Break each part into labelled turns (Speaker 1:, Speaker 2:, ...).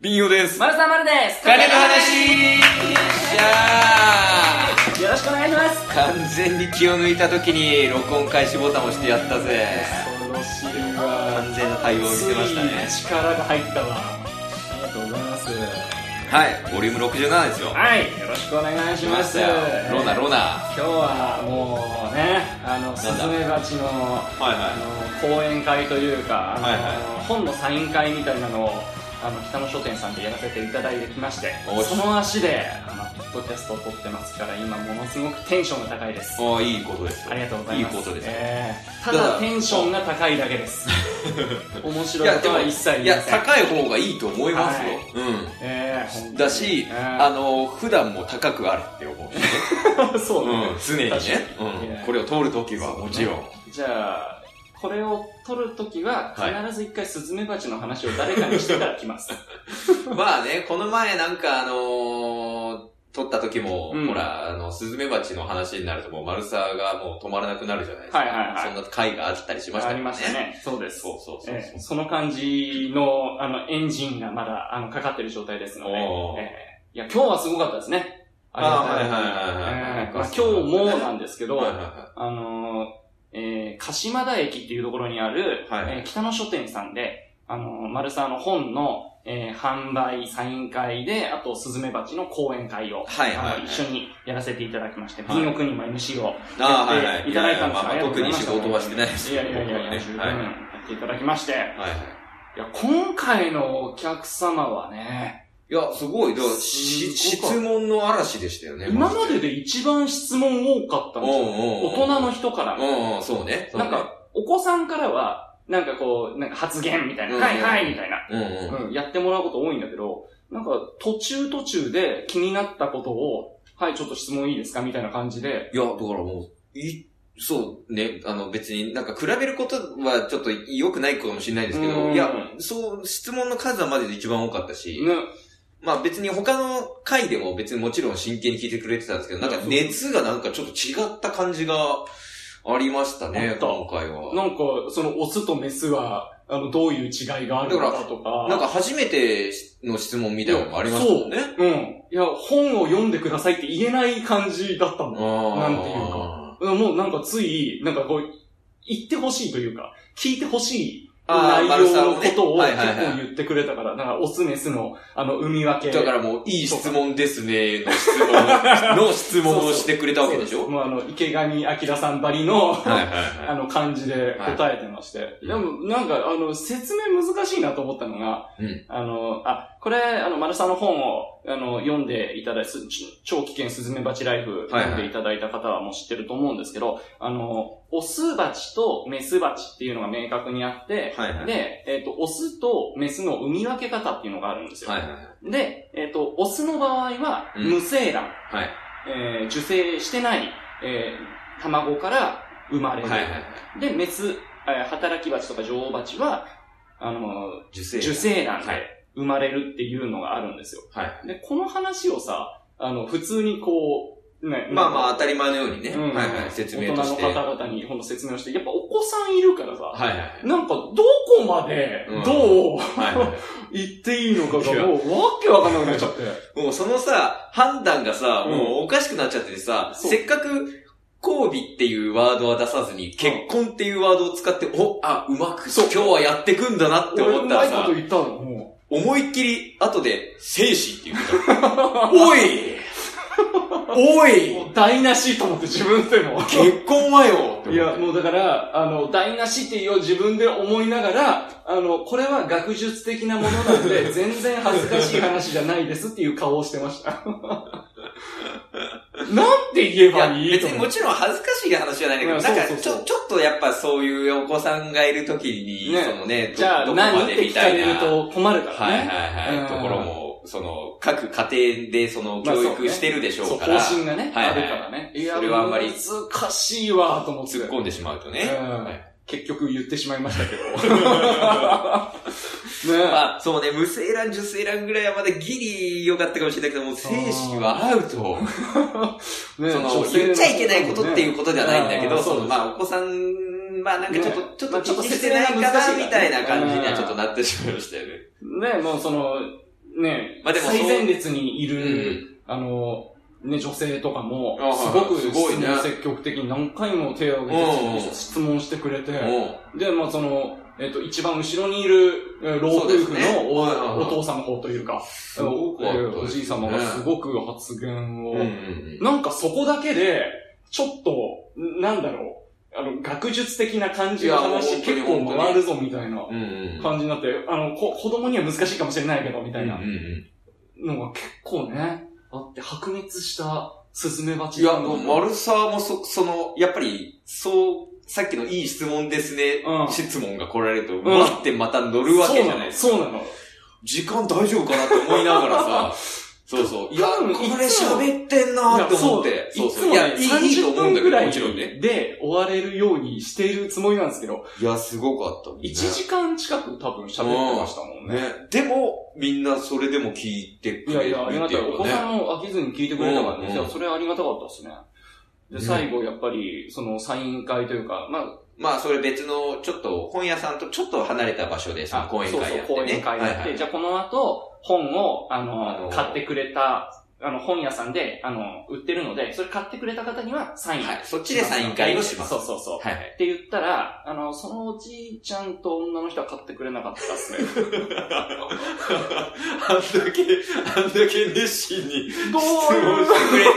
Speaker 1: ビンヨです。
Speaker 2: 丸さん丸です
Speaker 1: 金の話じゃあ
Speaker 2: よろしくお願いします
Speaker 1: 完全に気を抜いた時に録音開始ボタンを押してやったぜ。
Speaker 2: 恐ろしい
Speaker 1: 完全な対応を見せましたね。
Speaker 2: 力が入ったわありがとうございます
Speaker 1: はい、ボリューム67ですよ。
Speaker 2: はいよろしくお願いします
Speaker 1: よ。ロナ、ロナ。は
Speaker 2: 今日はもうねあのス
Speaker 1: なんだ
Speaker 2: ズメバチの,、
Speaker 1: はい
Speaker 2: あの講演会というかあの、
Speaker 1: はいは
Speaker 2: 本のサイン会みたいなのをあの北野書店さんでやらせていただいてきまして
Speaker 1: おし
Speaker 2: その足であのポッドキャストを撮ってますから今ものすごくテンションが高いです
Speaker 1: おいいことですよ。
Speaker 2: ありがとうございます
Speaker 1: いいことですよ。
Speaker 2: えーた
Speaker 1: た
Speaker 2: だ
Speaker 1: だ
Speaker 2: テンションが高いだけです 面白いことは一切言
Speaker 1: い
Speaker 2: いま
Speaker 1: や、
Speaker 2: せん
Speaker 1: 高い方がいいと思いますよ
Speaker 2: は。えー本当
Speaker 1: う
Speaker 2: に
Speaker 1: ん。だし、
Speaker 2: えー
Speaker 1: あの、普段も高くあるって 思う。
Speaker 2: そうね、
Speaker 1: うん、常にね
Speaker 2: 確か。
Speaker 1: うん。これを通る時はもちろん。
Speaker 2: じゃあこれを撮るときは
Speaker 1: はい
Speaker 2: 必ず一回スズメバチの話を誰かにしてから 来ます、
Speaker 1: まあね、この前なんかあのー撮った時も、
Speaker 2: うん
Speaker 1: ほら、あの、スズメバチの話になるともう丸沢がもう止まらなくなるじゃないですか。
Speaker 2: はいはいはい
Speaker 1: そんな回があったりしました
Speaker 2: あ
Speaker 1: も
Speaker 2: り
Speaker 1: ん
Speaker 2: ました。ねそうです
Speaker 1: そうそうそうそう。
Speaker 2: ええその感じのあのエンジンがまだあのかかってる状態ですので、
Speaker 1: おー
Speaker 2: ええいや今日はすごかったですね
Speaker 1: あー
Speaker 2: りがた
Speaker 1: はいはいはいはい
Speaker 2: ええまあ今日もなんですけど、
Speaker 1: はいはいは
Speaker 2: あのーえー、鹿島田駅っていうところにある、
Speaker 1: はいはい
Speaker 2: えー北野書店さんで、あのー、丸沢の本の、えー販売、サイン会で、あと、スズメバチの講演会を、
Speaker 1: はいはいはい
Speaker 2: あの一緒にやらせていただきまして、
Speaker 1: はい
Speaker 2: 文翼にも MC を
Speaker 1: いあーはい
Speaker 2: や
Speaker 1: は
Speaker 2: っ
Speaker 1: い。
Speaker 2: ていただいたん
Speaker 1: やや
Speaker 2: です
Speaker 1: まあまあ
Speaker 2: ありがとうご
Speaker 1: 特
Speaker 2: ざ
Speaker 1: に
Speaker 2: いまし
Speaker 1: 仕
Speaker 2: た
Speaker 1: 事はしてないです
Speaker 2: いやいやいやいや、十
Speaker 1: 僕
Speaker 2: 分
Speaker 1: はねはい。
Speaker 2: やっていただきまして、
Speaker 1: はいはい。
Speaker 2: いや、今回のお客様はね、
Speaker 1: いや、すごい。だから、
Speaker 2: すご
Speaker 1: し
Speaker 2: い
Speaker 1: 質問の嵐でしたよね。
Speaker 2: 今までで一番質問多かったん
Speaker 1: マジ
Speaker 2: で
Speaker 1: で、
Speaker 2: す
Speaker 1: う
Speaker 2: よ。
Speaker 1: んうんうん
Speaker 2: 大人の人から。
Speaker 1: うんうん、そうね。そう
Speaker 2: な
Speaker 1: ね
Speaker 2: ん、か、お子さんからは、なんかこう、なんか発言みたいな、
Speaker 1: うん
Speaker 2: はいはいみたいな、
Speaker 1: うんうん。
Speaker 2: うん、やってもらうこと多いんだけど、なんか途中途中で気になったことを、はい、ちょっと質問いいですかみたいな感じで、
Speaker 1: いや、だからもう、い、そうね、あの別になんか比べることはちょっと良くないかもしれないですけ
Speaker 2: う
Speaker 1: ど、
Speaker 2: ん
Speaker 1: いや、そう、質問の数はまでで一番多かったし、
Speaker 2: ね、
Speaker 1: まあ別に他の回でも別にもちろん真剣に聞いてくれてたんですけど、なんか
Speaker 2: そう
Speaker 1: 熱がなんかちょっと違った感じがありました
Speaker 2: あ
Speaker 1: ね
Speaker 2: っ、た
Speaker 1: 今回は。
Speaker 2: なんか、そのオスとメスは、あの、どういう違いがあるのかとか、
Speaker 1: なんか初めての質問みたいなのもありましたもんね。
Speaker 2: うん。いや、本を読んでくださいって言えない感じだったの。
Speaker 1: あー
Speaker 2: なんていうかもうなんかつい、なんかこう、言ってほしいというか、聞いてほしい
Speaker 1: あー
Speaker 2: 内容の
Speaker 1: 丸さんを
Speaker 2: こ
Speaker 1: ね
Speaker 2: とを
Speaker 1: はい
Speaker 2: 結
Speaker 1: はいはい
Speaker 2: 構言ってくれたから、なんかオスメスの、あの、海分け。
Speaker 1: だからもう、いい質問ですね、の質 問、の質問をしてくれたわけでしょ
Speaker 2: もうあの、池上彰さんばりの、
Speaker 1: はいはい
Speaker 2: あ
Speaker 1: は
Speaker 2: の、感じで答えてまして。
Speaker 1: い
Speaker 2: でも、なんか、あの、説明難しいなと思ったのが、
Speaker 1: うん
Speaker 2: あの、あ、これ、あの、丸さんの本を、あの、読んでいただいた、すち超危険スズメバチライフ、
Speaker 1: はいはい
Speaker 2: 読んでいただいた方はもう知ってると思うんですけど、あの、オスバチとメスバチっていうのが明確にあって
Speaker 1: い。、はいはい。
Speaker 2: で、えっ、と、オスとメスの産み分け方っていうのがあるんですよ。
Speaker 1: はいはいはい。
Speaker 2: で、えっ、と、オスの場合は、
Speaker 1: うん
Speaker 2: 無精卵、
Speaker 1: はい。
Speaker 2: えー受精してない、えー卵から生まれる。
Speaker 1: はいはいはい。
Speaker 2: で、メス、えー働き蜂とか女王蜂は、あの
Speaker 1: 受
Speaker 2: ー
Speaker 1: 精
Speaker 2: 受精卵
Speaker 1: は
Speaker 2: で生まれるっていうのがあるんですよ。
Speaker 1: はい。
Speaker 2: で、この話をさ、あの、普通にこう、ね、
Speaker 1: まあまあ
Speaker 2: あ、
Speaker 1: 当たり前のようにね。
Speaker 2: うん
Speaker 1: はいはい。説明として。
Speaker 2: 大人の方々にほんと説明をして、やっぱお子さんいるからさ、
Speaker 1: はいはいはい。
Speaker 2: なんかどこまで
Speaker 1: うん、
Speaker 2: どう、
Speaker 1: はいは
Speaker 2: 言っていいのか
Speaker 1: いや
Speaker 2: がもうわけわかんなくなっちゃって。
Speaker 1: い。もうそのさ、判断がさ、
Speaker 2: うん
Speaker 1: もうおかしくなっちゃっててさ、
Speaker 2: そう
Speaker 1: せっかく、交尾っていうワードは出さずに、結婚っていうワードを使って、お、あ、うまく、今
Speaker 2: そう
Speaker 1: 日はやってくんだなって
Speaker 2: 俺
Speaker 1: 思
Speaker 2: う
Speaker 1: った
Speaker 2: ま
Speaker 1: ら
Speaker 2: いこ
Speaker 1: さ
Speaker 2: と、言ったの、も
Speaker 1: 思いっきり、後で、生死って言うから おいお
Speaker 2: う。
Speaker 1: い
Speaker 2: もう台無しと思って自分でも。
Speaker 1: 結婚はよ
Speaker 2: いや、もうだから、あの、台無しっていうを自分で思いながら、あの、これは学術的なものな んで、全然恥ずかしい話じゃないですっていう顔をしてました。 なんて言え
Speaker 1: いや
Speaker 2: ばいい
Speaker 1: 別
Speaker 2: と
Speaker 1: に
Speaker 2: 思
Speaker 1: も
Speaker 2: う。
Speaker 1: ちろん恥ずかしい話じゃないんだけど、
Speaker 2: うん
Speaker 1: なんか
Speaker 2: そう
Speaker 1: ち
Speaker 2: そう
Speaker 1: ょ
Speaker 2: そう
Speaker 1: ちょっとやっぱそういうお子さんがいるときに、
Speaker 2: ね
Speaker 1: そのね、ど
Speaker 2: じゃあ、
Speaker 1: どこ
Speaker 2: 何
Speaker 1: ま
Speaker 2: っ
Speaker 1: で
Speaker 2: て
Speaker 1: み
Speaker 2: 聞
Speaker 1: た
Speaker 2: か
Speaker 1: い
Speaker 2: れ
Speaker 1: な。
Speaker 2: ると困るから
Speaker 1: はい
Speaker 2: ね。
Speaker 1: はいは
Speaker 2: う
Speaker 1: い。
Speaker 2: ん
Speaker 1: ところも、その、各家庭でその、
Speaker 2: まあ
Speaker 1: 教育してるでしょうから、
Speaker 2: そうねそう方針がね、
Speaker 1: はいはい
Speaker 2: あるからね。いや、
Speaker 1: それはあんまり
Speaker 2: 難しいわ、と思って。
Speaker 1: 突っ込んでしまうとね。
Speaker 2: うん
Speaker 1: はい
Speaker 2: 結局言ってしまいまし たけど。ね
Speaker 1: まあ、そうね、無精卵、受精卵ぐらいはまだギリ良かったかもしれないけど、もう精子はアウト。
Speaker 2: ね
Speaker 1: その
Speaker 2: 女、性
Speaker 1: 言っちゃいけないことっていう
Speaker 2: ね
Speaker 1: ことではないんだけ
Speaker 2: う
Speaker 1: ど、
Speaker 2: ん
Speaker 1: その、
Speaker 2: そうです
Speaker 1: まあ、お子さん、まあなんかちょっと、
Speaker 2: ね
Speaker 1: ちょっと
Speaker 2: まあちょっと
Speaker 1: 気にしてないか
Speaker 2: 説明が難
Speaker 1: な、
Speaker 2: しいからね
Speaker 1: みたいな感じにはちょっとなってしまいましたよね。
Speaker 2: ね、もうその、ね、
Speaker 1: まあでもそう
Speaker 2: 最前列にいうる、
Speaker 1: ん。
Speaker 2: あの、ね、女性とかも
Speaker 1: あ、
Speaker 2: す
Speaker 1: は
Speaker 2: ご
Speaker 1: い
Speaker 2: く
Speaker 1: すごいね
Speaker 2: 質問積極的に何回も手を挙
Speaker 1: うん
Speaker 2: げて質問してくれて、
Speaker 1: おう
Speaker 2: で、まあその、えっ、と、一番後ろにいる、えー老
Speaker 1: そう
Speaker 2: 夫婦の
Speaker 1: ですね
Speaker 2: お,、
Speaker 1: はいはいはい
Speaker 2: お父さんの方というか、
Speaker 1: すごく
Speaker 2: え
Speaker 1: あった
Speaker 2: ーおじい様がすごく発言を、
Speaker 1: うんうんうん。
Speaker 2: なんかそこだけで、ちょっと、なんだろう、あの、学術的な感じの
Speaker 1: い
Speaker 2: 話
Speaker 1: や本当に
Speaker 2: 結構回るぞみたいな
Speaker 1: うんうん。
Speaker 2: 感じになって、あの、こ子供には難しいかもしれないけど、みたいな
Speaker 1: うんうんうん
Speaker 2: のが結構ね、あって、白熱したスズメバチ
Speaker 1: いや、
Speaker 2: の
Speaker 1: マルサーもそ、その、やっぱり、そう、さっきのいい質問ですね、
Speaker 2: うん
Speaker 1: 質問が来られると、
Speaker 2: ん
Speaker 1: 待ってまた乗るわけじゃないですか。
Speaker 2: そうなの。
Speaker 1: 時間大丈夫かなって思いながらさ、そうそう。いや、
Speaker 2: 多分
Speaker 1: これ
Speaker 2: いつも
Speaker 1: 喋ってん
Speaker 2: そう
Speaker 1: なー
Speaker 2: なの。
Speaker 1: って思って。
Speaker 2: いや
Speaker 1: そう
Speaker 2: つ
Speaker 1: そうい
Speaker 2: もね
Speaker 1: や、いいいいと思うんだ
Speaker 2: 30分ぐ
Speaker 1: け
Speaker 2: ら
Speaker 1: ど、
Speaker 2: い
Speaker 1: もちろんね。
Speaker 2: で終われるようにしているつもりなんですけど、
Speaker 1: いや、すごかったもんね。
Speaker 2: 1時間近く多分喋ってましたもんね。
Speaker 1: ね。でも、みんなそれでも聞いてく
Speaker 2: いや
Speaker 1: れ
Speaker 2: い
Speaker 1: る
Speaker 2: や、ありが
Speaker 1: って
Speaker 2: たい。
Speaker 1: い
Speaker 2: お
Speaker 1: う
Speaker 2: 子さ
Speaker 1: かね。
Speaker 2: んを飽きずに聞いてくれたから
Speaker 1: うんう
Speaker 2: ね。
Speaker 1: ん
Speaker 2: いや、それありがたかったですね。で、
Speaker 1: ね
Speaker 2: 最後、やっぱり、その、サイン会というか、まあ、
Speaker 1: まあ、それ別の、ちょっと、本屋さんとちょっと離れた場所で、その講演会やってね。
Speaker 2: そうそう、講演会やって、
Speaker 1: はいはい
Speaker 2: じゃあこの後、本を、あ
Speaker 1: あの
Speaker 2: の、買ってくれた、あの、本屋さんで、あの、売ってるので、それ買ってくれた方には、サイン。
Speaker 1: はい。そっちでサイン会をします。
Speaker 2: そうそうそう。
Speaker 1: はいはい。
Speaker 2: って言ったら、あの、そのおじいちゃんと女の人は買ってくれなかったっすね。
Speaker 1: あんだけ、あんだけ熱心に質
Speaker 2: どう
Speaker 1: 問してくれて、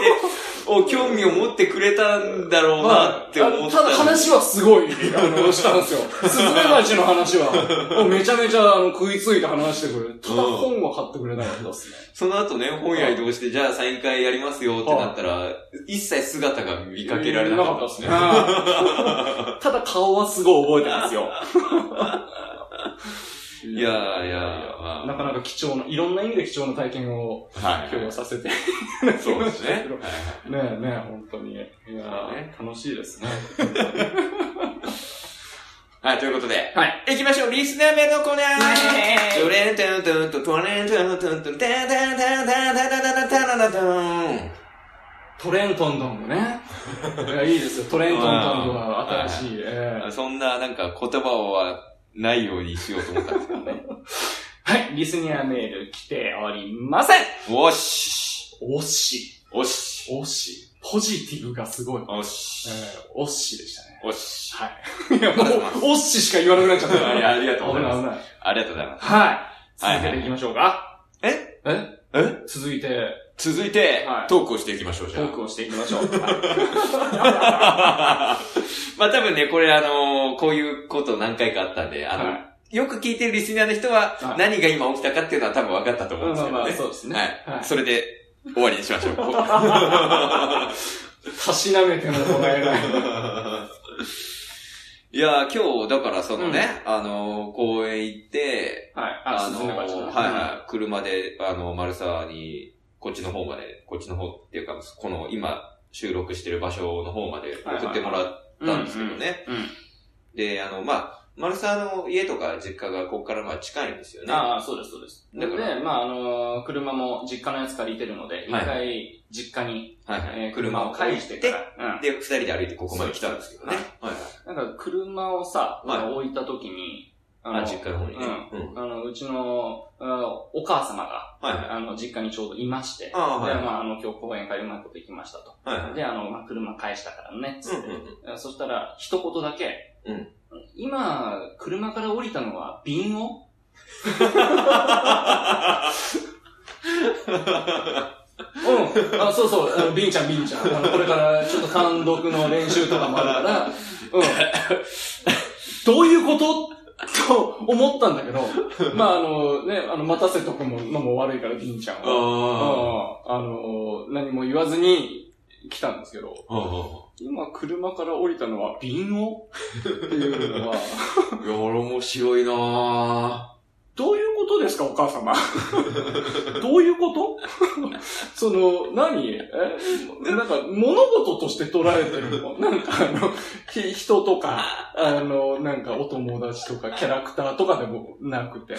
Speaker 1: お、興味を持ってくれたんだろうなって思った。
Speaker 2: あのただ話はすごい、あ の、したんですよ。スズメバチの話は、もうめちゃめちゃ、あの、食いついて話してくれる。ただ
Speaker 1: うん
Speaker 2: 本は買ってくれなかったですね。
Speaker 1: その後ね、本屋移動して、じゃあサイン会やりますよってなったら、一切姿が見かけられなかったですね。
Speaker 2: うんただ顔はすごい覚えてますよ。
Speaker 1: いやーいやー、まあ
Speaker 2: なかなか貴重な、いろんな意味で貴重な体験を
Speaker 1: はい
Speaker 2: 共有させて、
Speaker 1: そうですね。
Speaker 2: ねえねえ、本当に。いやー
Speaker 1: ね
Speaker 2: 楽しいです ね。
Speaker 1: はい、ということで。
Speaker 2: はい。
Speaker 1: 行きましょうリスナー名のコーナー
Speaker 2: イエーイ
Speaker 1: トゥレントゥントゥントゥントゥレントゥントゥントゥンタンタンタンタンタンタンタンタンタン
Speaker 2: トレントンドンもね。いや、いいですよ。トレントンドンは新しい。ええ
Speaker 1: そんな、なんか、言葉はないようにしようと思ったんですけどね。
Speaker 2: はい、リスニアメール来ておりません
Speaker 1: おっし
Speaker 2: 惜し
Speaker 1: おっし
Speaker 2: い。惜しい。ポジティブがすごい。
Speaker 1: おっし
Speaker 2: えー、惜しいでしたね。
Speaker 1: おっし
Speaker 2: はい。いや、も
Speaker 1: ありがとうございます
Speaker 2: う、惜しいしか言わなくなっちゃった。
Speaker 1: いやありがとうございます
Speaker 2: 危ない危ない。
Speaker 1: ありがとうございます。
Speaker 2: はい。
Speaker 1: はい
Speaker 2: 続けていきましょうか。
Speaker 1: はい
Speaker 2: え
Speaker 1: え
Speaker 2: え続いて、
Speaker 1: 続いて
Speaker 2: はい、
Speaker 1: トークをしていきましょう、
Speaker 2: ト
Speaker 1: じゃあ
Speaker 2: ー。クをしていきましょう。はい
Speaker 1: まあ多分ね、これあのーこういうこと何回かあったんで、あの、
Speaker 2: は
Speaker 1: よく聞いてるリスナーの人は
Speaker 2: はい
Speaker 1: 何が今起きたかっていうのは多分分かったと思うん
Speaker 2: ま
Speaker 1: です
Speaker 2: あま
Speaker 1: け
Speaker 2: あ
Speaker 1: ど
Speaker 2: まあ、
Speaker 1: ね。
Speaker 2: そうですね。
Speaker 1: はい。
Speaker 2: は
Speaker 1: それで終わりにしま しょう。
Speaker 2: い。たしなめてももらえ ない。
Speaker 1: いやー、今日、だからそのね、あのー公園行って、
Speaker 2: はい。
Speaker 1: あ
Speaker 2: あ、
Speaker 1: の
Speaker 2: スズメバチ
Speaker 1: ー
Speaker 2: の。
Speaker 1: はいはい、車で、あのー、マルサーに、こっちの方まで、こっちの方っていうか、この今収録してる場所の方まで送ってもらっ
Speaker 2: い
Speaker 1: たんですけどね。
Speaker 2: うんうん。
Speaker 1: で、あの、まあ、丸沢の家とか実家がここからまあ近いんですよね。
Speaker 2: ああ、そうです、そうです。
Speaker 1: だから
Speaker 2: で、まあ、あのー車も実家のやつ借りてるので、一
Speaker 1: はい
Speaker 2: 回、実家に、
Speaker 1: はいはい。
Speaker 2: えー
Speaker 1: 車
Speaker 2: 車
Speaker 1: を
Speaker 2: を
Speaker 1: 返
Speaker 2: 返
Speaker 1: し
Speaker 2: してて
Speaker 1: て
Speaker 2: か、ら、
Speaker 1: で、二人で歩いてここまで来たんですけどね。はい
Speaker 2: うん。なんか、車をさ、
Speaker 1: はい
Speaker 2: 置いた時に、
Speaker 1: はい。
Speaker 2: あ
Speaker 1: あ、
Speaker 2: の
Speaker 1: 実家の方にね。うん。
Speaker 2: あの、うちの、あお母様が、
Speaker 1: はいはい。
Speaker 2: あの、実家にちょうどいまして、
Speaker 1: ああはい
Speaker 2: で、まあ、あの、今日講演会うまいこと行きましたと。
Speaker 1: はいはい。
Speaker 2: で、あの、まあ、車返したからね、つ
Speaker 1: う
Speaker 2: っ
Speaker 1: ん
Speaker 2: て
Speaker 1: うんうん。
Speaker 2: あそしたら、一言だけ、
Speaker 1: うん
Speaker 2: 今、車から降りたのは、瓶 をうん。あ、そうそう、あの、ビンちゃん、ビンちゃん。あの、これから、ちょっと単独の練習とかもあるから、うん。どういうことと思ったんだけど、まあ、あの、ね、あの、待たせとくものも悪いから、ビンちゃんは。
Speaker 1: あ
Speaker 2: うんあの、何も言わずに来たんですけど、
Speaker 1: あ。あ
Speaker 2: 今、車から降りたのは、瓶をっていうのは、
Speaker 1: あ。いや、俺面白いなぁ。
Speaker 2: どういうことですか、お母様。 どういうこと その、何え、なんか、物事として捉えてるの なんか、あの、ひ人とか、あの、なんか、お友達とか、キャラクターとかでもなくて。